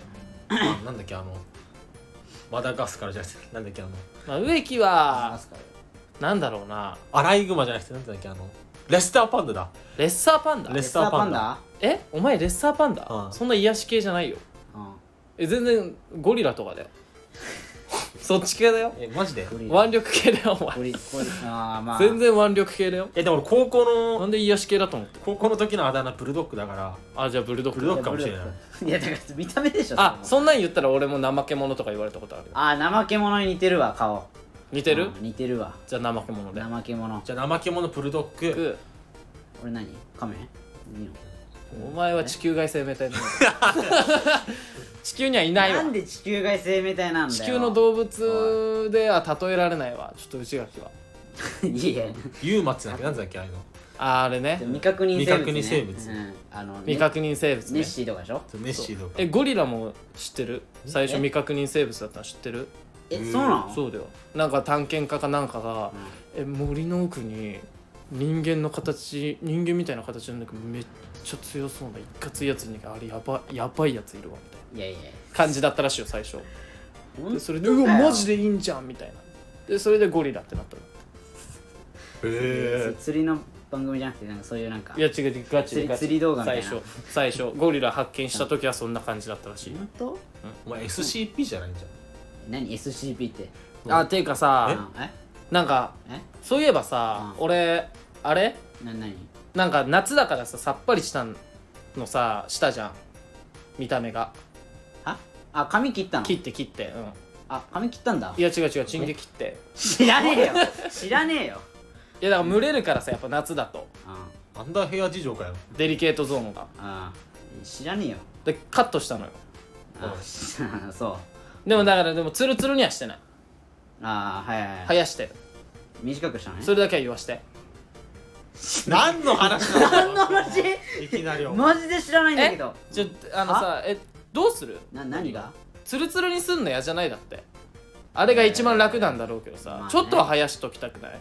あなんだっけあのマダガスカルじゃなくてなんだっけあのまあ、植木あはすかなんだろうなアライグマじゃなくてなんだっけあのレスターパンダだレッサーパンダレレッッササーーパパンンダダえお前レッサーパンダ、うんそんな癒し系じゃないようんえ全然ゴリラとかだ よそっち系だよえマジでゴリラ腕力系だよお前ゴリゴリああまあ全然腕力系だよえでも俺高校なのんで癒し系だと思って高校の時のあだ名ブルドッグだからあじゃあブルドッブグルドッグかもしれないいやだから見た目でしょあうそんなん言ったら俺も怠け者とか言われたことあるよあー怠け者に似てるわ顔似てる、うん似てるわじゃあ怠け者で怠け者じゃあ怠け者ブルドッグく俺何カメいいのお前は地球外生 命体なんだ地球にはいないなわんで地球外生命体なんだよ地球の動物では例えられないわちょっと内垣はい やいやユーマっつうんだっけなんだっけああいうのああれね未確認生物、ね、未確認生物うん、あのね未確認生物ネねッシーとかでしょメッシーとかえゴリラも知ってる最初え未確認生物だったの知ってるえ、うんそうなのそうだよなんか探検家かなんかが、え森の奥に人間の形人間みたいな形なんだけどめっちゃ強そうないかついやつにあれやばやばいやついるわみたいないやいや感じだったらしいよ最初ほんでとそれだで「ようわマジでいいんじゃん」みたいなでそれでゴリラってなったのえ釣りの番組じゃなくてなんかそういうなんかいや違う違うガチでガチで釣り動画みたい最な初最初ゴリラ発見した時はそんな感じだったらしいよ本当お前 SCP じゃないんじゃん何 SCP ってあっていうかさあえなんかえそういえばさうん俺あれな何なんか夏だからささっぱりしたのさしたじゃん見た目がああ髪切ったの切って切ってうんあ髪切ったんだいや違う違うチンゲ切って知らねえよ知らねえよいやだから蒸れるからさやっぱ夏だとあアンダーヘア事情かよデリケートゾーンがあ知らねえよでカットしたのよあ そうでもだからでもツルツルにはしてないああはいはい、生やしてる短くしたのねそれだけは言わして何の話なの 何の話いきなり お前マジで知らないんだけどちょあのさえどうするな何がツルツルにすんの嫌じゃないだってあれが一番楽なんだろうけどまあさねちょっとは生やしときたくない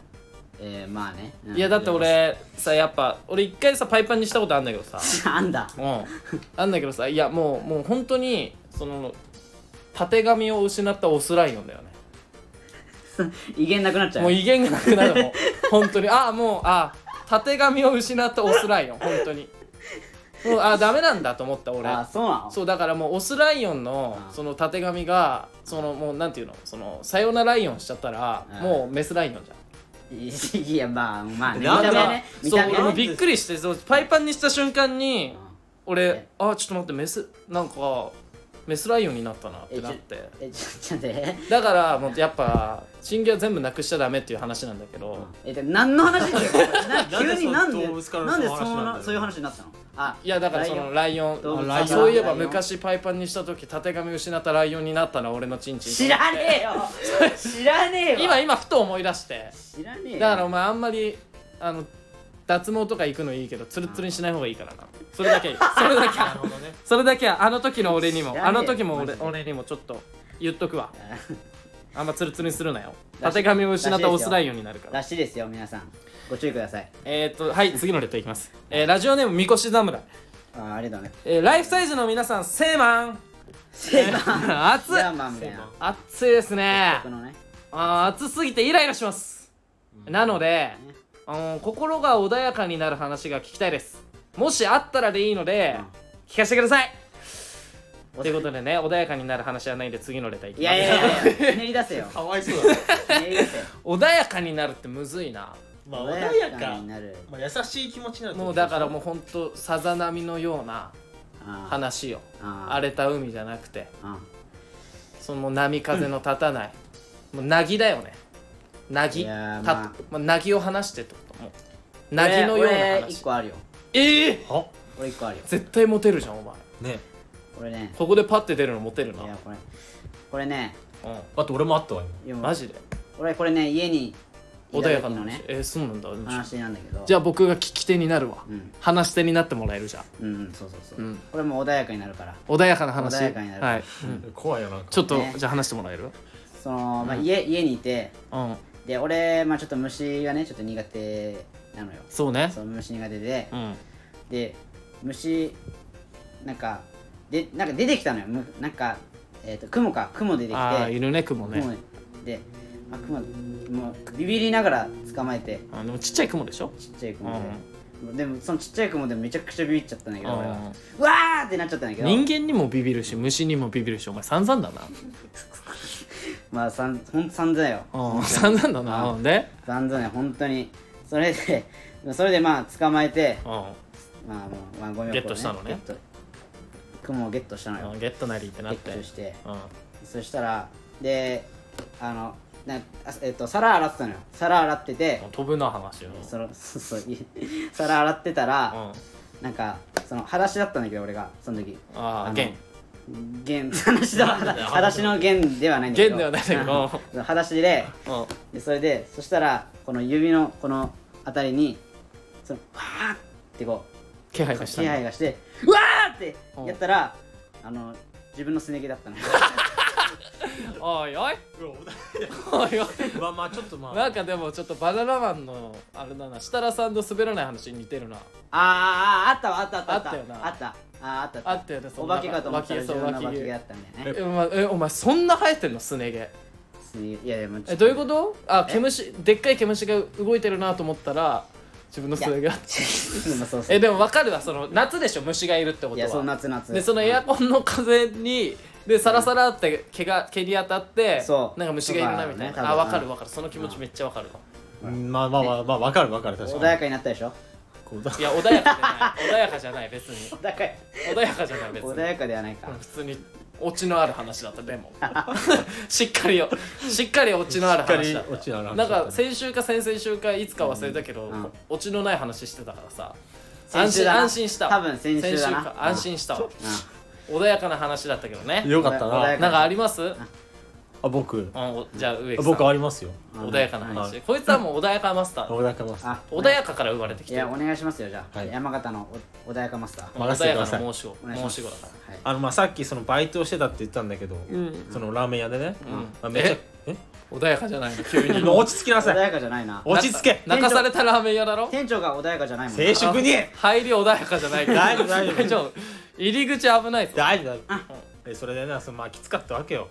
えー、まあね、うんいやだって俺さやっぱ俺一回さパイパンにしたことあんだけどさなんだうん、なんだけどさいやもうもう本当にそのたてがみを失ったオスライオンだよね威厳なくなっちゃうもう威厳がなくなるもん本当にああもうああたてがみを失ったオスライオン本当にもうああダメなんだと思った俺あそうなのそうだからもうオスライオンのうんそのたてがみがそのもうなんていうのそのさよならライオンしちゃったらうんもうメスライオンじゃんいやまあまあね見なたん目だはね見そうた目俺はもねびっくりしてそうパイパンにした瞬間にうん俺えあちょっと待ってメスなんかメスライオンになったなってなってえちょっと待ってだからもうやっぱ賃金は全部なくしちゃダメっていう話なんだけど、えで何の 話だよな急になんで動物からのなんでそのそ話んなんだなよそういう話になったのあいやだからそのライオン動物ラあイオンそういえラばイオン昔パイパンにした時たてがみ失ったライオンになったら俺のチンチン知らねえ よ知らねえよ今今ふと思い出して知らねえよだからお前あんまりあの脱毛とか行くのいいけどツルツルにしない方がいいからなそれだけそれだけなるほどねそれだけはあの時の俺に知もらねえあの時も俺マジで俺にもちょっと言っとくわあんまツルツルにするなよらたしいてがみを失ったオスライオンになるから らしいですよ皆さんご注意くださいえー、っとはい次のレターいきます、えーラジオネームみこし侍あありがとうねえーライフサイズの皆さん、セー マンセーバ熱いーマンみたいな熱いですね僕のねあー熱すぎてイライラします、なので、あの心が穏やかになる話が聞きたいですもしあったらでいいので、うん聞かせてくださいということでね、穏やかになる話はないんで次のレターいきいまやすい やいや練り出せよかわいそうだね練り出せよ穏やかになるってむずいな まあ穏やかになるまあ優しい気持ちになるもうだからもううほんとさざ波のようなあー話よあー荒れた海じゃなくてあその波風の立たない、もうなぎだよねなぎいやーたまあまあなぎを話してってこともーうなぎのような俺俺一話個あるよええは俺一個あるよ絶対モテるじゃんお前ね俺ねここでパッて出るのモテるないやこれこれねうだって俺もあったわいやんマジで俺これね家にい穏たやか時なの話、ねえーそうなんだ話なんだけどじゃあ僕が聞き手になるわ、うん話し手になってもらえるじゃんうんうんそうそうそう、うんこれも穏やかになるから穏やかな話穏やかになるはい、うん今怖いよなんかちょっと、ねじゃあ話してもらえるその、まあ、家家にいてうんで俺、まあ、ちょっと虫がねちょっと苦手なのよそうねそう虫苦手でうんで虫なんかでなんか出てきたのよむなんか、えー、と雲か雲出てきてああいるね雲ね、雲であ雲もうビビりながら捕まえてあのちっちゃい雲でしょちっちゃい雲で、でもそのちっちゃい雲でめちゃくちゃビビっちゃったんだけど俺うんはうわーってなっちゃったんだけど人間にもビビるし虫にもビビるしお前散々だなまあさんほんと散々ようん 散々だなうほんで散々よ本当にそれでそれでまあ捕まえてうまあもう、まあ、ゴミ箱を、ゲットしたのねゲット雲をゲットしたのんうよんゲットなりっゲてなっッてトしてうんそしたらであのなあえっと皿洗ってたのよ皿洗ってて飛ぶな話よその そうそうい皿洗ってたうんらあなんかその裸足だったんだけど俺がその時あのゲン弦 裸足だ裸足の弦ではないんだけど弦ではないんだけど裸足でうんでそれでそしたらこの指のこの辺りにそのパーってこ気う配がした気ね配がしてうわーってやったらあの自分のすね毛だったのおいおいおいおいまあまあちょっとまあなんかでもちょっとバナナマンのあれだな設楽さんの滑らない話に似てるなあーあーあーあったわあったあったあったよなあったあーあったあったあったよねそおんな化けかと思ったら脇自そう分の脇お化け毛だったんだよねえ,、ま、えお前そんな生えてんのすね毛すね毛いやいやもうえどうい うこととあえ毛虫でっかい毛虫が動いてるなと思ったら自分のすね毛がそうそうえでも分かるわその夏でしょ虫がいるってことはいやそう夏夏でそのエアコンの風にでサラサラって毛が毛に当たってそうなんか虫がいるなみたいとかねな多分あ分かる分かるその気持ちめっちゃ分かるわうんまあまあまあまあわかるわかる確穏かやにかになったでしょこうだ いや穏やかじゃない穏やかじゃない別に穏やか穏やかじゃない別に穏やかではないか普通にオチのある話だったでも しっかりよしっかりオチのある話だしっっかりオチのあるた話なだんったねか先週か先々週かいつか忘れたけど、うんうんオチのない話してたからさ安先週心だな安心したわ多分先週だなか安心したわ穏やかな話だったけどねよかった穏やななんかあります、うんあ僕おじゃあ植木さん僕ありますようん穏やかな話、はこいつはもう穏やかマスター、おだかますあ穏やかから生まれてきいてるやお願いしますよじゃあ、はい山形のお穏やかマスター任せ穏てやくださかいな申し子お願いしま申すし子だからはいあのまあさっきそのバイトをしてたって言ったんだけどうんそのラーメン屋でねうんまあめっちゃえ穏やかじゃないの急にもう落ち着きな穏さいやかじゃないな落ち着け泣かされたラーメン屋だろ店長が穏やかじゃないもんな静粛に入り穏やかじゃないから大丈夫大丈夫夫入り口危ないぞ大丈夫大丈夫えそれでねそのまあきつかったわけよ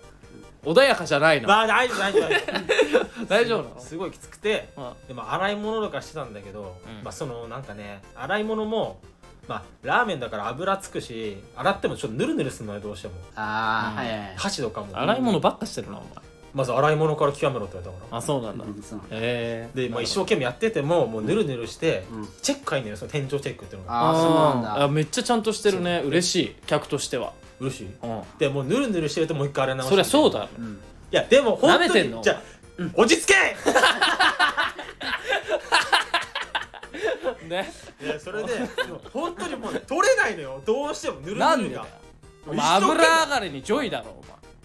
穏やかじゃないの、まあ大丈夫大丈夫大丈大丈夫なの夫すごいきつくてうんでも洗い物とかしてたんだけど、うんまあそのなんかね洗い物もまあラーメンだから油つくし洗ってもちょっとヌルヌルするのよどうしてもああ、はうんいはいはい箸とかも洗い物ばっかしてるなお前まず洗い物から極めろって言われたからあそうなんだうんそうへえで、まあ、一生懸命やっててももうヌルヌルして、うんチェック入んのよその店長チェックっていうのがああそうなんだあめっちゃちゃんとしてるね嬉しい客としては嬉しいうんでもうヌルヌルしてるともう一回洗い直してそりゃそうだろうんいやでも本舐め当てんにのじゃあ落ち着けねいやそれででも 本当にもう取れないのよどうしてもヌルなヌんルでだよがお前一生懸命油上がりにジョイだろお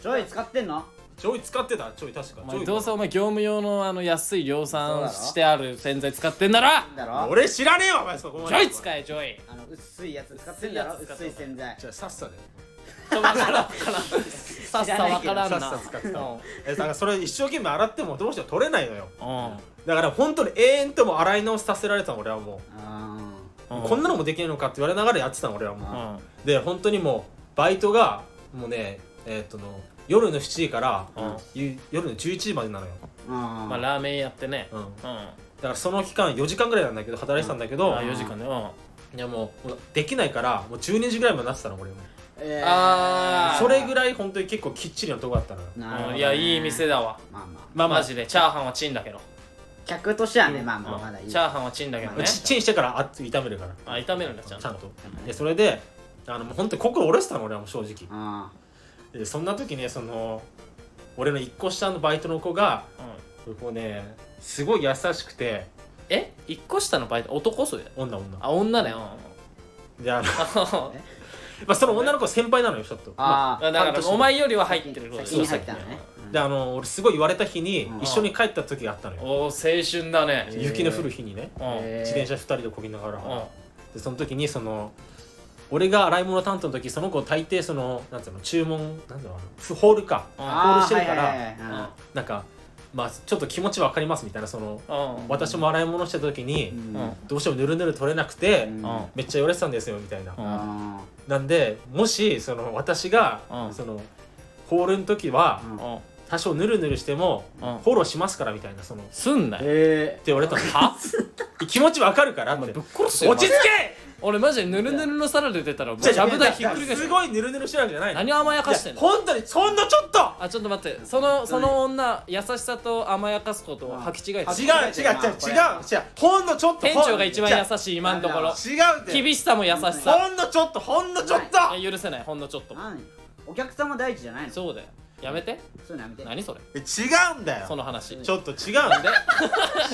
前ジョイ使ってんのちょい使ってたちょい確かちおょ前いどうせお前業務用のあの安い量そうだ産ろしてある洗剤使ってんだろだろ俺知らねえわお前そこまジでョイ使えジョイあの薄いやつ使ってんだろ薄いやつ使っ薄い洗剤じゃあさっさでちょわからんわからんさっさわからんな知らないけどさっさ使ってたうんえだからそれ一生懸命洗ってもどうしても取れないのようんだから本当に永遠とも洗い直しさせられたの俺はもあう、うんこんなのもできるのかって言われながらやってたの俺はもう、うんで本当にもうバイトがもうねえーっとの夜の7時から、うんゆ夜の11時までなのよ、ーあまあーラーメンやってねうん、だうんからその期間4時間ぐらいなんだけど働いてたんだけど、あ4時間ねうんいやもうもうできないからもう12時ぐらいまでなってたの俺もえーあーそれぐいらい本当に結構きっちりなとこだったのよなるほどうんねいやいい店だわまあまあまあマジでチャーハンはチンだけど客としてはねまあうんまあまだいいチャーハンはチンだけどまねあちっちゃいしてからあっと炒めるからあ炒めるんだちゃんちゃんととでそれであのもう本当に心折れてたの俺はもう正直あでそんな時ねその俺の一個下のバイトの子がうんこうねすごい優しくてえ一個下のバイト男それ女女あ女ねうんであの、まああ、その女の子先輩なのよちょっとーあーだか半ら年お前よりは入ってること先に入ったのねであの俺すごい言われた日にうん一緒に帰った時があったのよおお青春だね雪の降る日にねうんえ自転車2人でこぎながうんらでその時にその俺が洗い物担当の時その子大抵そのなんていうの注文なんていうのあのホールかうホんールしてるかあーはいはいはいはいらなんかまあちょっと気持ちわかりますみたいなそのうん私も洗い物してた時に、うんうんどうしてもぬるぬる取れなくて、うんうんめっちゃ言われてたんですよみたいな、うんあなんでもしその私が、うんそのホールの時は、うんうん多少ぬるぬるしても、うんフォローしますからみたいなそのってすんなーよへ言われたの は気持ちわかるからおっ前てぶっ落殺すよち着お前俺マジでぬるぬるの皿で出たらもうけちゃぶ台ひっくりいや返すすごいぬるぬるしてるわけじゃないの何甘やかしてんいのや本当にそんなちょっとあちょっと待ってそのその女優しさと甘やかすことを履き違えてる違う恥ず違う違うかしいなこれ違うほんのちょっと店長が一番ほん優しい今のところじゃあ違うって厳しさも優しさほんのちょっとほんのちょっといや許せないほんのちょっとーも何お客様第一じゃないのそうそうだよやめていうのやめて何それえ違うんだそよの話ちょっと違うんだよ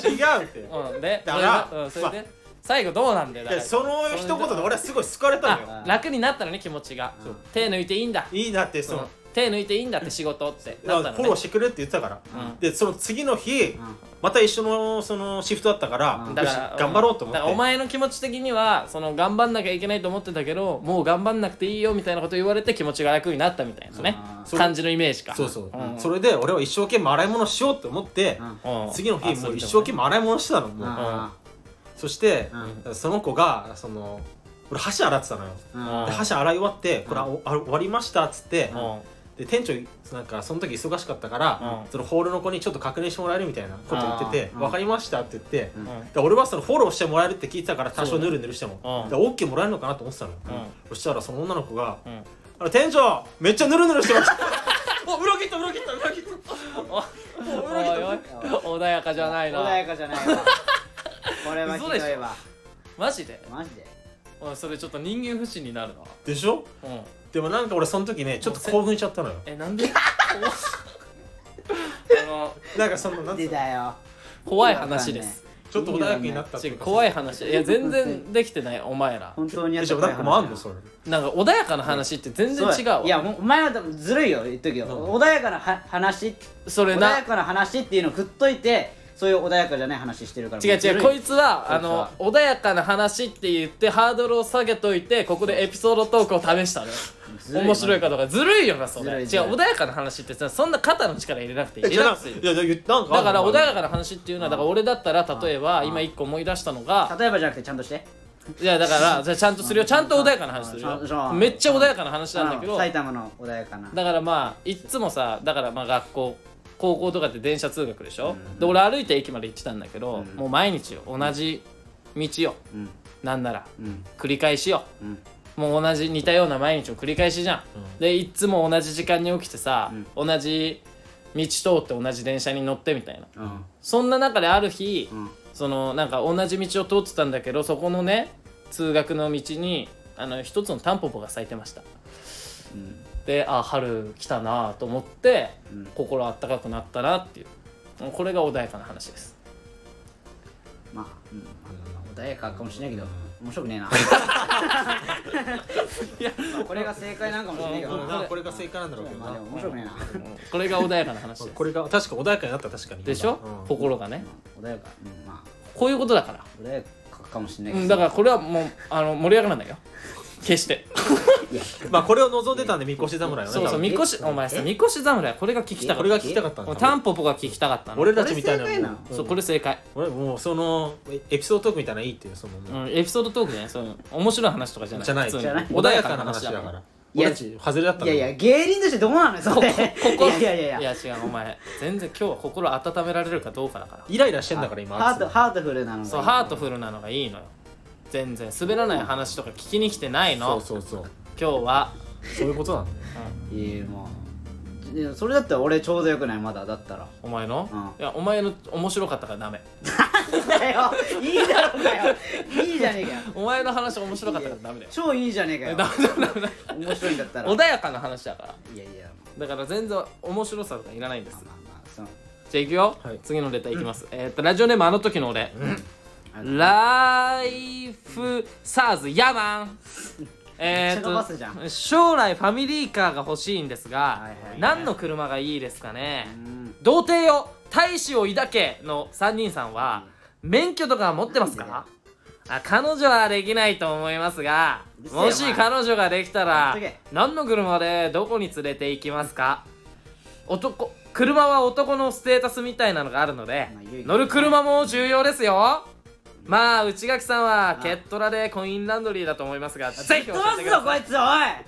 違うってうんでだからそれでうんそれで最後どうなんだよだいかやらその一言で俺はすごい救われたのよあ楽になったのね気持ちがそう手抜いていいんだいいなってその、うん手抜いていいんだって仕事ってまなあったフォロのねーしてくれって言ってたから、うんでその次の日、うんまた一緒のそのシフトだったから、うんだよしから頑張ろうと思ってだからお前の気持ち的にはその頑張んなきゃいけないと思ってたけどもう頑張んなくていいよみたいなこと言われて気持ちが楽になったみたいなねあー感じのイメージかそうそう、うんそれで俺は一生懸命洗い物しようと思って、うんうん次の日あそもうういう一こ生懸とね命洗い物してたのもう、あそしてう、んその子がその俺箸洗ってたのよ、うんで箸洗い終わってこれ、あおあ終わりましたっつって、うんで店長なんかその時忙しかったから、うんそのホールの子にちょっと確認してもらえるみたいなこと言っててあー「うん分かりました」って言って、うんうんで俺はそのフォローしてもらえるって聞いてたから多そ少うヌだねルヌルしても、うんで OK もらえるのかなと思ってたのよ、うんそしたらその女の子がう「んあの店長めっちゃヌルヌルしてます」お裏切った裏切った裏切ったおいおい穏やかじゃないな穏やかじゃないわこれはひどいわマジでマジでおいそれちょっと人間不信になるなでしょうんでもなんか俺その時ねちょっと興奮しちゃったのよえ なんであのなんかそのなんつう出のたよ怖い話ですちょっと穏やかになったって違いううか怖い話いや全然できてないお前ら本当にやえっじたゃあ怖ないん話かもあんのそれなんか穏やかな話って全然違うわいやもうお前は多分ずるいよ言っとくよ穏やかなは話それ穏なやかな話っていうのを振っといてそういう穏やかじゃない話してるから違う違うこいつはこいあつはの穏やかな話って言ってハードルを下げといてここでエピソードトークを試したのつ面白いかどうかずるいよなそずるれ違いうずるい穏やかな話ってさそんな肩の力入れなくていいリじゃラあッなクスいいいやじゃあ言ったなんかあだんかのら穏やかな話っていうのはだから俺だったら例えばうん今一個思い出したのが例えばじゃなくてちゃんとしていやだからじゃあちゃんとするよちゃんと穏やかな話するうんそようめっちゃ穏やかな話なんだけあどの埼玉の穏やかなだからまあいっつもさだからまあ学校高校とかって電車通学でしょ、うんで俺歩いて駅まで行ってたんだけど、うんもう毎日よ同じ道をうんなんならうん繰り返しようんもう同じ似たような毎日を繰り返しじゃん、うんでいっつも同じ時間に起きてさ、同じ道通って同じ電車に乗ってみたいなうんそんな中である日、うんそのなんか同じ道を通ってたんだけどそこのね通学の道にあの一つのタンポポが咲いてましたうんであ春来たなと思って、うん心あったかくなったなっていうこれが穏やかな話ですまあうん穏やかかもしれないけど面白くねえなまあこれが正解なんかもしれないけどうんなうんこれが正解なんだろうけどまあでなも面白くねえなこれが穏やかな話です これが確か穏やかになった確かにでしょ、うん心がね穏やかうんまこういうことだから、あ穏やかかもしれないうん、けだどからこれはもうあの盛り上がらないよ決してまあこれを望んでたんで見越し侍をねそうそ多う分みこしお前さみこし侍これが聞きたかこっれが聞きたかったんただタンポポが聞きたかったの俺たちみたいなこれ正解なのそうこれ正解、俺もうそのエピソードトークみたいなのいいっていうそのうん、エピソードトークじゃないそういう面白い話とかじゃないじゃない普通にじゃない穏やかな話だからいや俺たち外れだったいやいや芸人としてどうなのよそれ心いやいやいやいや違うお前全然今日は心温められるかどうかだからイライラしてんだから今ハートハートフルなのがいいそうハートフルなのがいいのよ全然滑らない話とか聞きに来てないのそうそうそう今日はそういう ことなんだよいやもうでもそれだったら俺ちょうどよくないまだだったらお前の、ういやお前の面白かったからダメだよいいだろうがよいいじゃねえかよお前の話面白かったからダメだよ超いいじゃねえかよダメダメダ面白いんだったらメ穏やかな話だからいやいやだから全然面白さとかいらないんですまあじまあまあそのゃあいくよ、はい次のレターいきます、えーっとラジオネームあの時の俺、うんライフサーズヤーマンえーっ めっちゃと伸ばすじゃん将来ファミリーカーが欲しいんですが、いはい何の車がいいですかね、うん童貞よ大使を抱けの3人さんは免許とか持ってますかあ彼女はできないと思いますがうるせえよもし彼女ができたらほっとけ何の車でどこに連れて行きますか男車は男のステータスみたいなのがあるのでまあ唯一乗る車も重要ですよまあ内垣さんはケットラでコインランドリーだと思いますがぜ吹ひっ飛教ばえてすくぞだこさいいつおい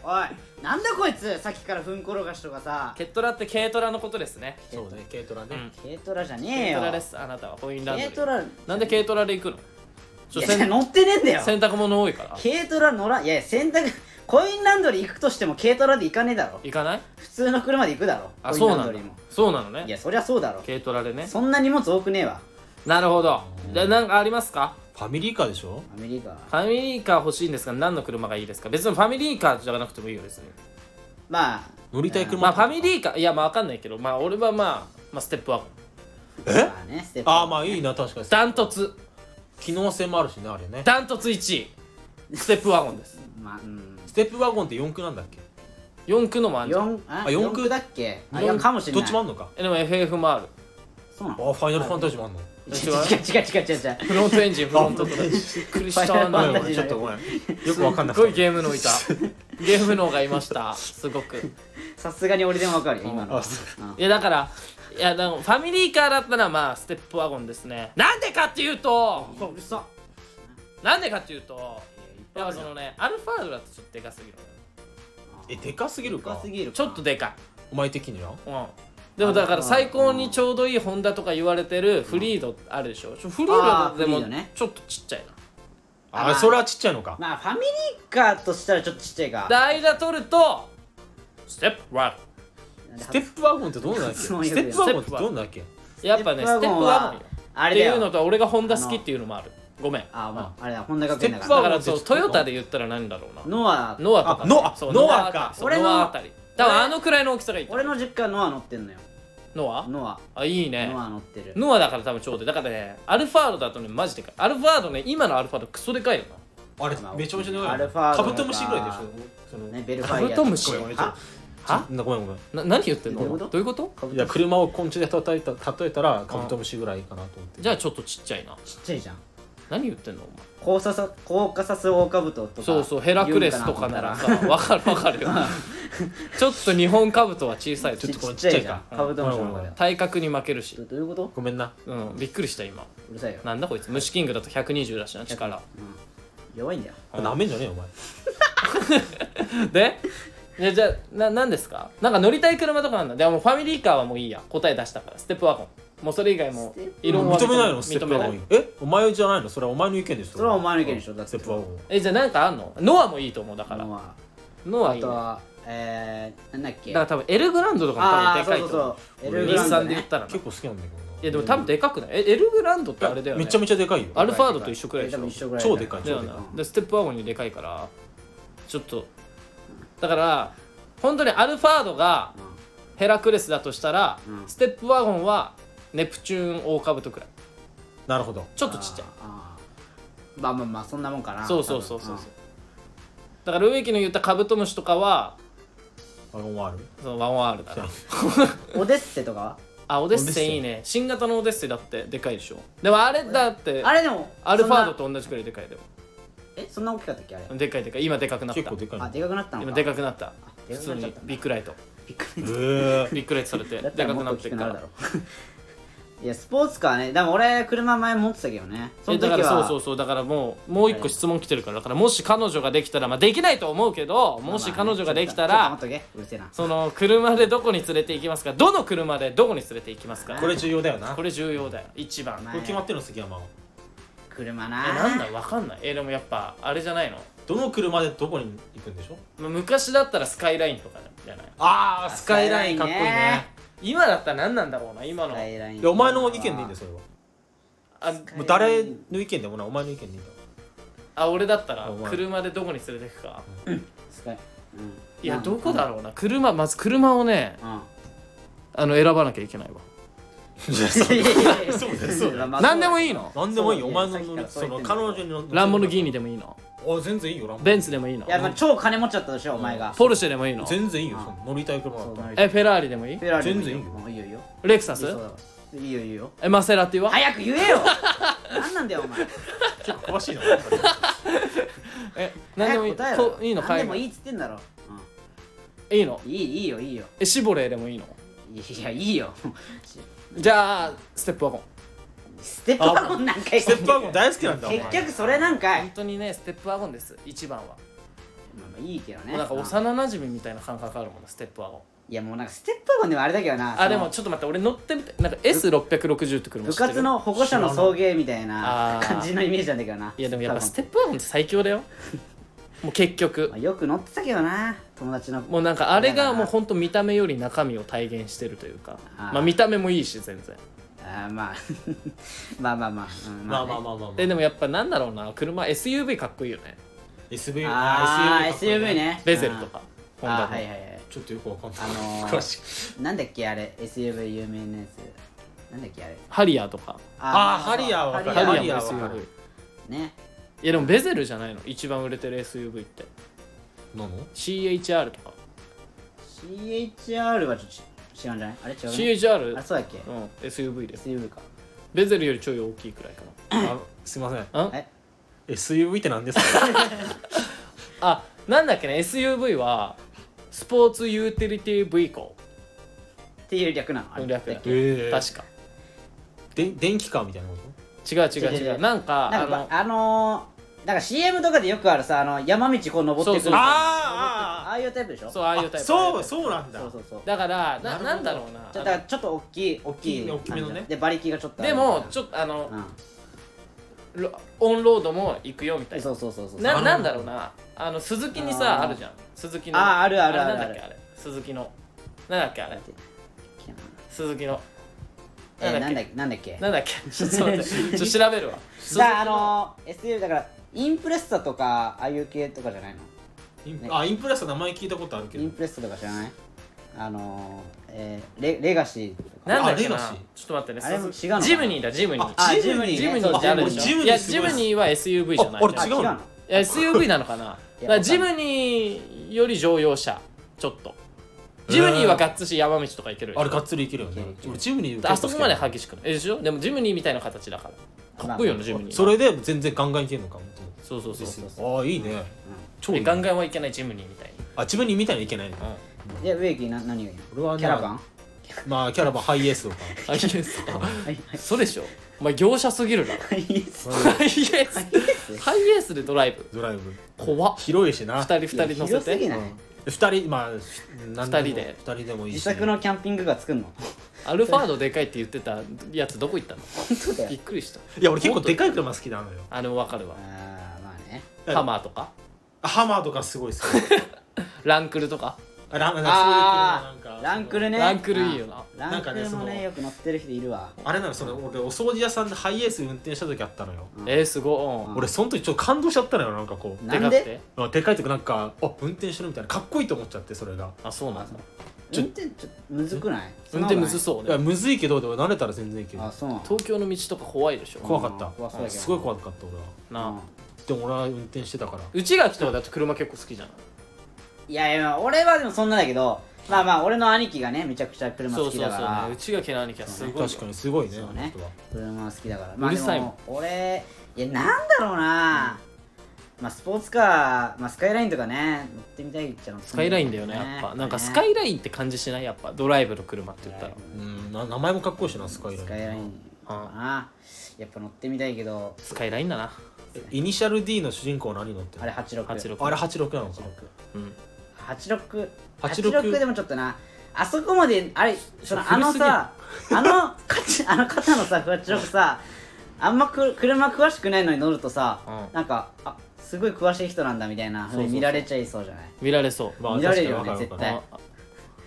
おいなんだこいつさっきからふんころがしとかさケットラって軽トラのことですねそうね軽トラね軽トラじゃねえ軽よトラですあなたはコインランドリー軽トラなんで軽トラで行くのちょいせんや乗ってねえんだよ洗濯物多いから軽トラ乗らいやいや洗濯 コインランドリー行くとしても軽トラで行かねえだろ行かない普通の車で行くだろあコインそラうンなドのリーもそうなのいねやそりゃそうだろ軽トラでねそんな荷物多くねえわなるほどでなんかありますかファミリーカーでしょアメリカファミリーカー欲しいんですが何の車がいいですか別にファミリーカーじゃなくてもいいよ別にまあ乗りたい車まあファミリーカーいやまあわかんないけどまあ俺はまあ、まあ、ステップワゴンえまあねステップああまあいいな確かにダントツ機能性もあるしねあれねダントツ1位ステップワゴ ンですまあうんステップワゴンって4駆なんだっけ4駆のもあるじゃん四ああ四駆四駆だっけあいやかもしれないどっちもあんのかえでも FF もあるそうなあのファイナルファンタジーもあん の違う違う違う違う違うフロントエン ジンフロントとかびっくりしたファイナルなファンんタかジーちょっとごめんよくわかんなすごくいてゲーム のいたゲームのがいましたすごくさすがに俺でもわかるよ今のあそういやだからいやなんかファミリーカーだったらまあステップワゴンですねなんでかっていうとそううるさなんでかっていうとやっぱそのねアルファードだとちょっとでかすぎるえでかすぎるでかかすぎるちょっとでかいお前的にはうんでもだから最高にちょうどいいホンダとか言われてるフリードあるでしょちょフリードであーフリーもドねちょっとちっちゃいなああまあそれはちっちゃいのかまあファミリーカーとしたらちょっとちっちゃいかで間取るとステップワゴンステップワゴンってどうなんだっけスそういうこテとやップワゴンってどうなんだっけやっぱねスステテッッププワワゴゴンンよはっあてれだいうよのと俺がホンダ好きっていうのもあるごめんあまああれだ本田ス学テ園だップかだらワかゴンらそうトヨタで言ったら何だろうなノアノアとか、あノアそうノアかそう俺のノアあたり多分あのくらいの大きさがいいと思俺うの実家はノア乗ってんのよノアノアあいいねノア乗ってるノアだから多分ちょうどいいだからねアルファードだとねマジでかいアルファードね今のアルファードクソでかいよなあれまあめちゃめちゃでアかいルファーカドブトムシぐらいでしょそのねベルフカァイアブトムシごめんごめんははなごめんごめんな何言ってんどのういうことどういうことカブいトやムシ車を昆虫で例えた例えたらカブトムシぐらいかなと思ってじゃあちょっとちっちゃいなちっちゃいじゃん何言ってんのお前コーササコーカサスオオカブトとかそうそうヘラクレスとかならさわかるわかるよちょっと日本株とは小さいちちょょっとこっとこれれちっちゃいじゃんうんカブトムシの方だよ体格に負けるしどどういうことごめんなうんびっくりした今うるさいよなんだこいつ虫キングだと120だしな力弱いんだよなめんじゃねえよお前でじゃじゃあな何ですかなんか乗りたい車とかなんだでもファミリーカーはもういいや答え出したからステップワゴンもうそれ以外もステップ異論は認めないのステップワゴ認めないンえお前じゃないのそれはお前の意見でしそょれはお前の意見でしょうんだっスてテップワゴンえじゃあなんかあんのノアもいいと思うだからノノアアあいい、ね、とだかはえーなんだっけら多分エルグランドとかも多ああ分でかそういそうと思うそうエルグ日ランド産で言ねったらな結構好きなんだけどないやでも多分でかくないえエルグランドってあれだよねめちゃめちゃでかいよアルファードと一緒くらいでし多ょ分一緒ぐらい超でかいだよ超でかなでステップワゴンにでかいからちょっとだから本当にアルファードがヘラクレスだとしたら、うんステップワゴンはネプチューンオオカブトくらいなるほどちょっとちっちゃいあーまあまあまあそんなもんかなそうそうそうそう多そ分うだから植木の言ったカブトムシとかはワゴンはあるそのワンワールだなうんオデッセとかはあオデッセオデッセイいいね新型のオデッセイだってでかいでしょでもあれだってあれでもアルファードそんなと同じくらいでかいでもえそんな大きかったっけあれでかいでかい今でかくなった結構でかいあのでかくなったの今かでかくなった普でかく通なっちゃにったビッグライトびっくりへえビッグライトされてだでったからもくっなと大っきてくるかなるだらろ いやスポーツカーねでも俺車前持ってたけどねそえのだ時からそうはそうそうだからもうもう一個質問来てるからだからもし彼女ができたらまあできないと思うけどもし彼女ができたまあまらあねちょっとちょっと待っとけうるせえなその車でどこに連れて行きますかどの車でどこに連れて行きますかこれ重要だよなここれ重要だよ一番まあれ決まってるの杉山は車えななんだわかんないえでもやっぱあれじゃないのどの車でどこに行くんでしょまあ昔だったらスカイラインとかじゃないあスカイラインかっこいいね今だったら何なんだろうな今のスカイラインいやお前の意見でいいんだよそれはあカイもう誰の意見でもないお前の意見でいいんだよあ俺だったらお前車でどこに連れて行くかスカイうんいやどこだろうな車まず車をねうんあの選ばなきゃいけないわ そうだよそうだよ何でもいいいのなんでもいいよそうお前さっきかのらそうそ言ってのんだ彼女のランボルギーニででもいいのあ全然いいよランボルギーベニンツでもいいのやまあ超金持っちゃったでしょお前がポルシェでもいいの全然いいようんその乗りたい車だったらえフェラーリでもいいフェラーリでも全然いいよもういいよいいよレクサスそうだわいいよいいよえマセラティは早く言え よ何なんだよお前結構詳 しいなえ何でもいい早く答えろこういいの何買でいも物いいいっつってんだろいのうんいいいいよいいよえシボレーでもいいのいやいいよじゃあステップワゴンステップワゴンなんかいいステップワゴン大好きなんだお前結局それなんかい本当にねステップワゴンです一番は、まあまあいいけどもねうなんか幼馴染みたいな感覚あるもんなステップワゴンいやもうなんかステップワゴンでもあれだけどなあそのでもちょっと待って俺乗ってみてなんか S660 って車部知ってる活の保護者の送迎みたいな知らない感じのイメージなんだけどないいやでもやっぱステッップワゴンって最強だよもう結 局プよく乗ってたけどな友達のもうなんかあれがもうほんと見た目より中身を体現してるというかあーまあ見た目もいいし全然あーまあ まあまあまあうんまあまねあまあまあまであでもやっぱなんだろうな車 SUV かっこいいよね SUV あー SUV ねベゼルとかホンあダーはいのはいはいちょっとよくわかんないあのー詳しくなんだっけあれ SUV 有名なやつなんだっけあれハリアーとかあーハリアーはわかるハハリリアアーーハリアーはも SUV ねいやでもベゼルじゃないの一番売れてる SUV ってなの CHR とか CHR はちょっ違うんじゃないあれ違う、 CHR あそうだっけうん SUV です SUV かベゼルよりちょい大きいくらいかあすいませんなあえ SUV って何です かあなんだっけね SUV はスポーツユーティリティブイコっていう略なのあれ略だだっけえー確か確かで電気カーみたいなこ違う違う違う違違ううなんかなんかあのーなんか CM とかでよくあるさあの山道こう登ってくそうるそさうあーあーあーああいうタイプでしょあのそううああいうとタイプそううそうなんだそうそうそうだからなるほなどなんだろうなちょだあからのちょっと大きい大きい大きめのね感じで馬力がちょっとあでるもちょっとあのうんロオンロードも行くよみたいそなうそうそうそうなるほどなんだろうなあの鈴木にさああーるじゃん鈴木のあーあるあるれあなんるだあっけるあれ鈴木のなんだっけあれ鈴木のえーななんんだだっっけなんだっけなんだ っけちょっと待ってちょっと調べるわじゃああのー SUV だからインプレッサとかああいう系とかじゃないのインねあインプレスの名前聞いたことあるけイどンプレッサとか知らないあのーえーレレガシーとかなんだっけあレガなシーちょっと待ってねあれも鈴違うのかなジムニーだジムニーあジジムムニニーージムねニーってあるでそうしジょムニーいやすジごいでムすニーは SUV じゃないああれあ違違うのうのいや SUV なのかなだからジムニーより乗用車ちょっとジムニーはがっつし山道とか行けるでしょあれがっつりいけるよいけねるいける俺ジムニーあそこまで結構好激しくないえでしょでもジムニーみたいな形だからかっこいいよねジムきニーそれで全然ガンガンいけるのかもそうそうそうそうああーいいね超いでいガンガンはいけないジムニー みたいあジムニーみたいにいけないのかなうんで植木な何がいい俺はのねキャラ バンまあキャラバンハイエースとかハイエースかはいはいそうでしょお前業者すぎるだろはいいいっすハイエースハイエースでドライブドラ イブ怖っ広いしな2人2人乗せ広すぎてない二人まあ何も二人で二人でもいい自し作のキャンピングが作るのアルファードでかいって言ってたやつどこ行ったの本当だびよっくりしたいや俺結構でかい車好きなのよあの分かるわあーまあねハマーとかハマーとかすごい好きランクルとかあランあなんかそういう車なんーかランクルねランクルいいよなあランクルもなんかねそのねよく乗ってる人いるわあれなのその俺お掃除屋さんでハイエース運転した時あったのようんえー、すごうん俺その時ちょっと感動しちゃったのよなんかこういなんでかくでてあでかいとかなんかあ運転してるみたいなかっこいいと思っちゃってそれがあそうなんだ運転ちょっとむずくない運転むずそそういやねむずいけどでも慣れたら全然いけんるなことないあそうなの東京の道とか怖いでしょ怖かったうん怖そうだけどすごい怖かった俺はなあうんでも俺は運転してたから内垣とかだと車結構好きじゃんいやいや俺はでもそんなだけどまあまあ俺の兄貴がねめちゃくちゃ車そ好うきそうだかそうらね内垣の兄貴はすごいよ確かにすごいねそうねあの人は車好きだからうるさいもんまあでも俺いやなんだろうな、まあスポーツカー、まあ、スカイラインとかね乗ってみたいっちゃ乗ってみたいスカイラインだよねやっぱなんかスカイラインって感じしないやっぱドライブの車って言ったらうんな名前もかっこいいしなスカイスラカインイラインかなやっぱ乗ってみたいけどスカイラインだなえイニシャル D の主人公は何乗ってるあれ86 86あれ86なのかうん86 86 86でもちょっとなあそこまであれそのあのさあの肩あの肩のさ86さあんまく車詳しくないのに乗るとさ、うんなんかあすごい詳しい人なんだみたいなふうに見られちゃいそうじゃない見られそうまあ見られるよね確かにわかるわか絶対る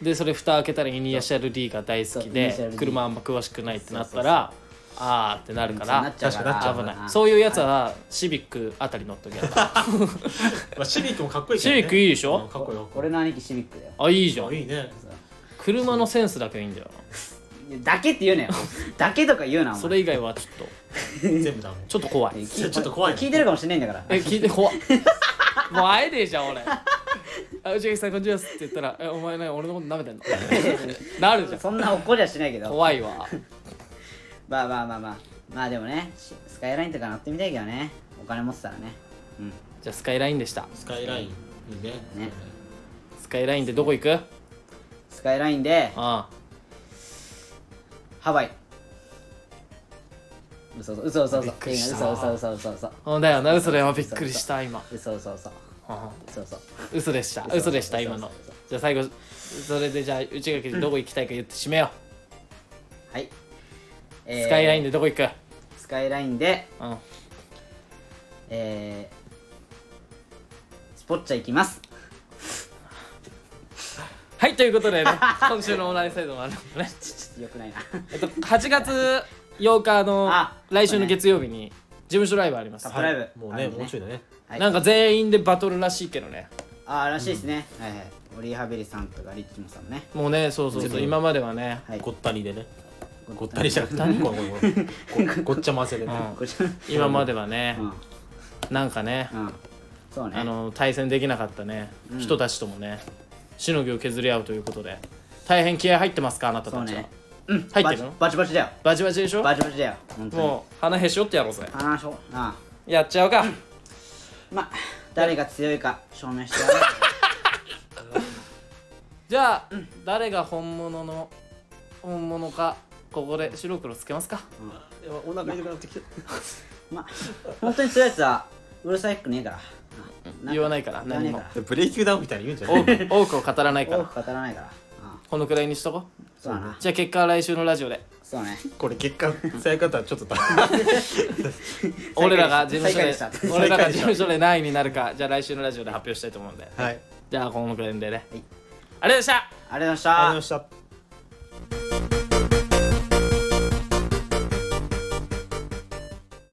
あでそれ蓋開けたらイニシャル D が大好きそうイニシャでル D 車あんま詳しくないってなったらあーってなるかうんそうならっちゃうから確かに危なっちゃうないそういうやつはシビックあたり乗っとけ ばまあシビックもかっこいいシビックいいでしよょかっこいいかっこい俺の兄貴シビックだよあいいじゃいんいいね車のセンスだけはいいんだよいやだけって言うなよだけとか言うなおな前それ以外はちょっと全部ダメちょっと怖いえいや聞ちょっと怖いね聞いてるかもしれないんだからえ聞いて怖っ もう会えねえじゃん俺あ内垣さんこんにちはっすって言ったらえお前ね俺のこと舐めて んのなるじゃんそんな怒りはしないけど怖いわまあまあまあまあまあでもねしスカイラインとか乗ってみたいけどねお金持ってたらねうんじゃあスカイラインでしたスカイラインいいねねスカイラインでどこ行くあスカイラインであハワイ嘘嘘嘘嘘び嘘っくりした嘘嘘嘘嘘嘘ほんだよな嘘だよびっくりした今嘘嘘嘘あ嘘嘘あ 嘘でした嘘でした今のじゃあ最後それでじゃあ内垣でどこ行きたいか言って締めよはい、う、えースカイラインでどこ行くスカイラインでうんえー、スポッチャ行きますはいということでね 今週のオンラインサイトもあるので ねちょっとよくないなえっと8月8日のあ来週の月曜日に事務所ライブありますカップライブ、もうあねるんでもうちょいだねはいなんか全員でバトルらしいけどねあーらしいですね、はいはいリハビリさんとかリッチモさんもねもうねそうそう全そう部今まではね、はいごったりでねごごったりじゃなくてごめんごめんごめんごごっちゃ混ぜでねうんこちらう今まではねんうなんかねんそうねあの対戦できなかったね人たちともねしのぎを削り合うということで大変気合入ってますかあなたたちそは、うねうん入ってるのバチバチだよバチバチでしょバチバチだよ本当にもう鼻へし折ってやろうぜ話そうなあやっちゃうかまあ誰が強いか証明してやるじゃあ、誰が本物の本物かここで白黒つけますかやばいお腹痛くなってきたまあ本当に強いやつはうるさいくねえからな言わないから言わねえ何もかブレイキングダウンみたいに言うんじゃない多く 多くを語らないから多らく語らないからあこのくらいにしとこうそうだなじゃあ結果は来週のラジオでそうねこれ結果伝え方ちょっと大俺らが事務最所下位ででした俺らが事務所で何位になるかじゃあ来週のラジオで発表したいと思うんで変はいじゃあこのくらいでね、はいありがとうございましたありがとうございましありがとうござたいました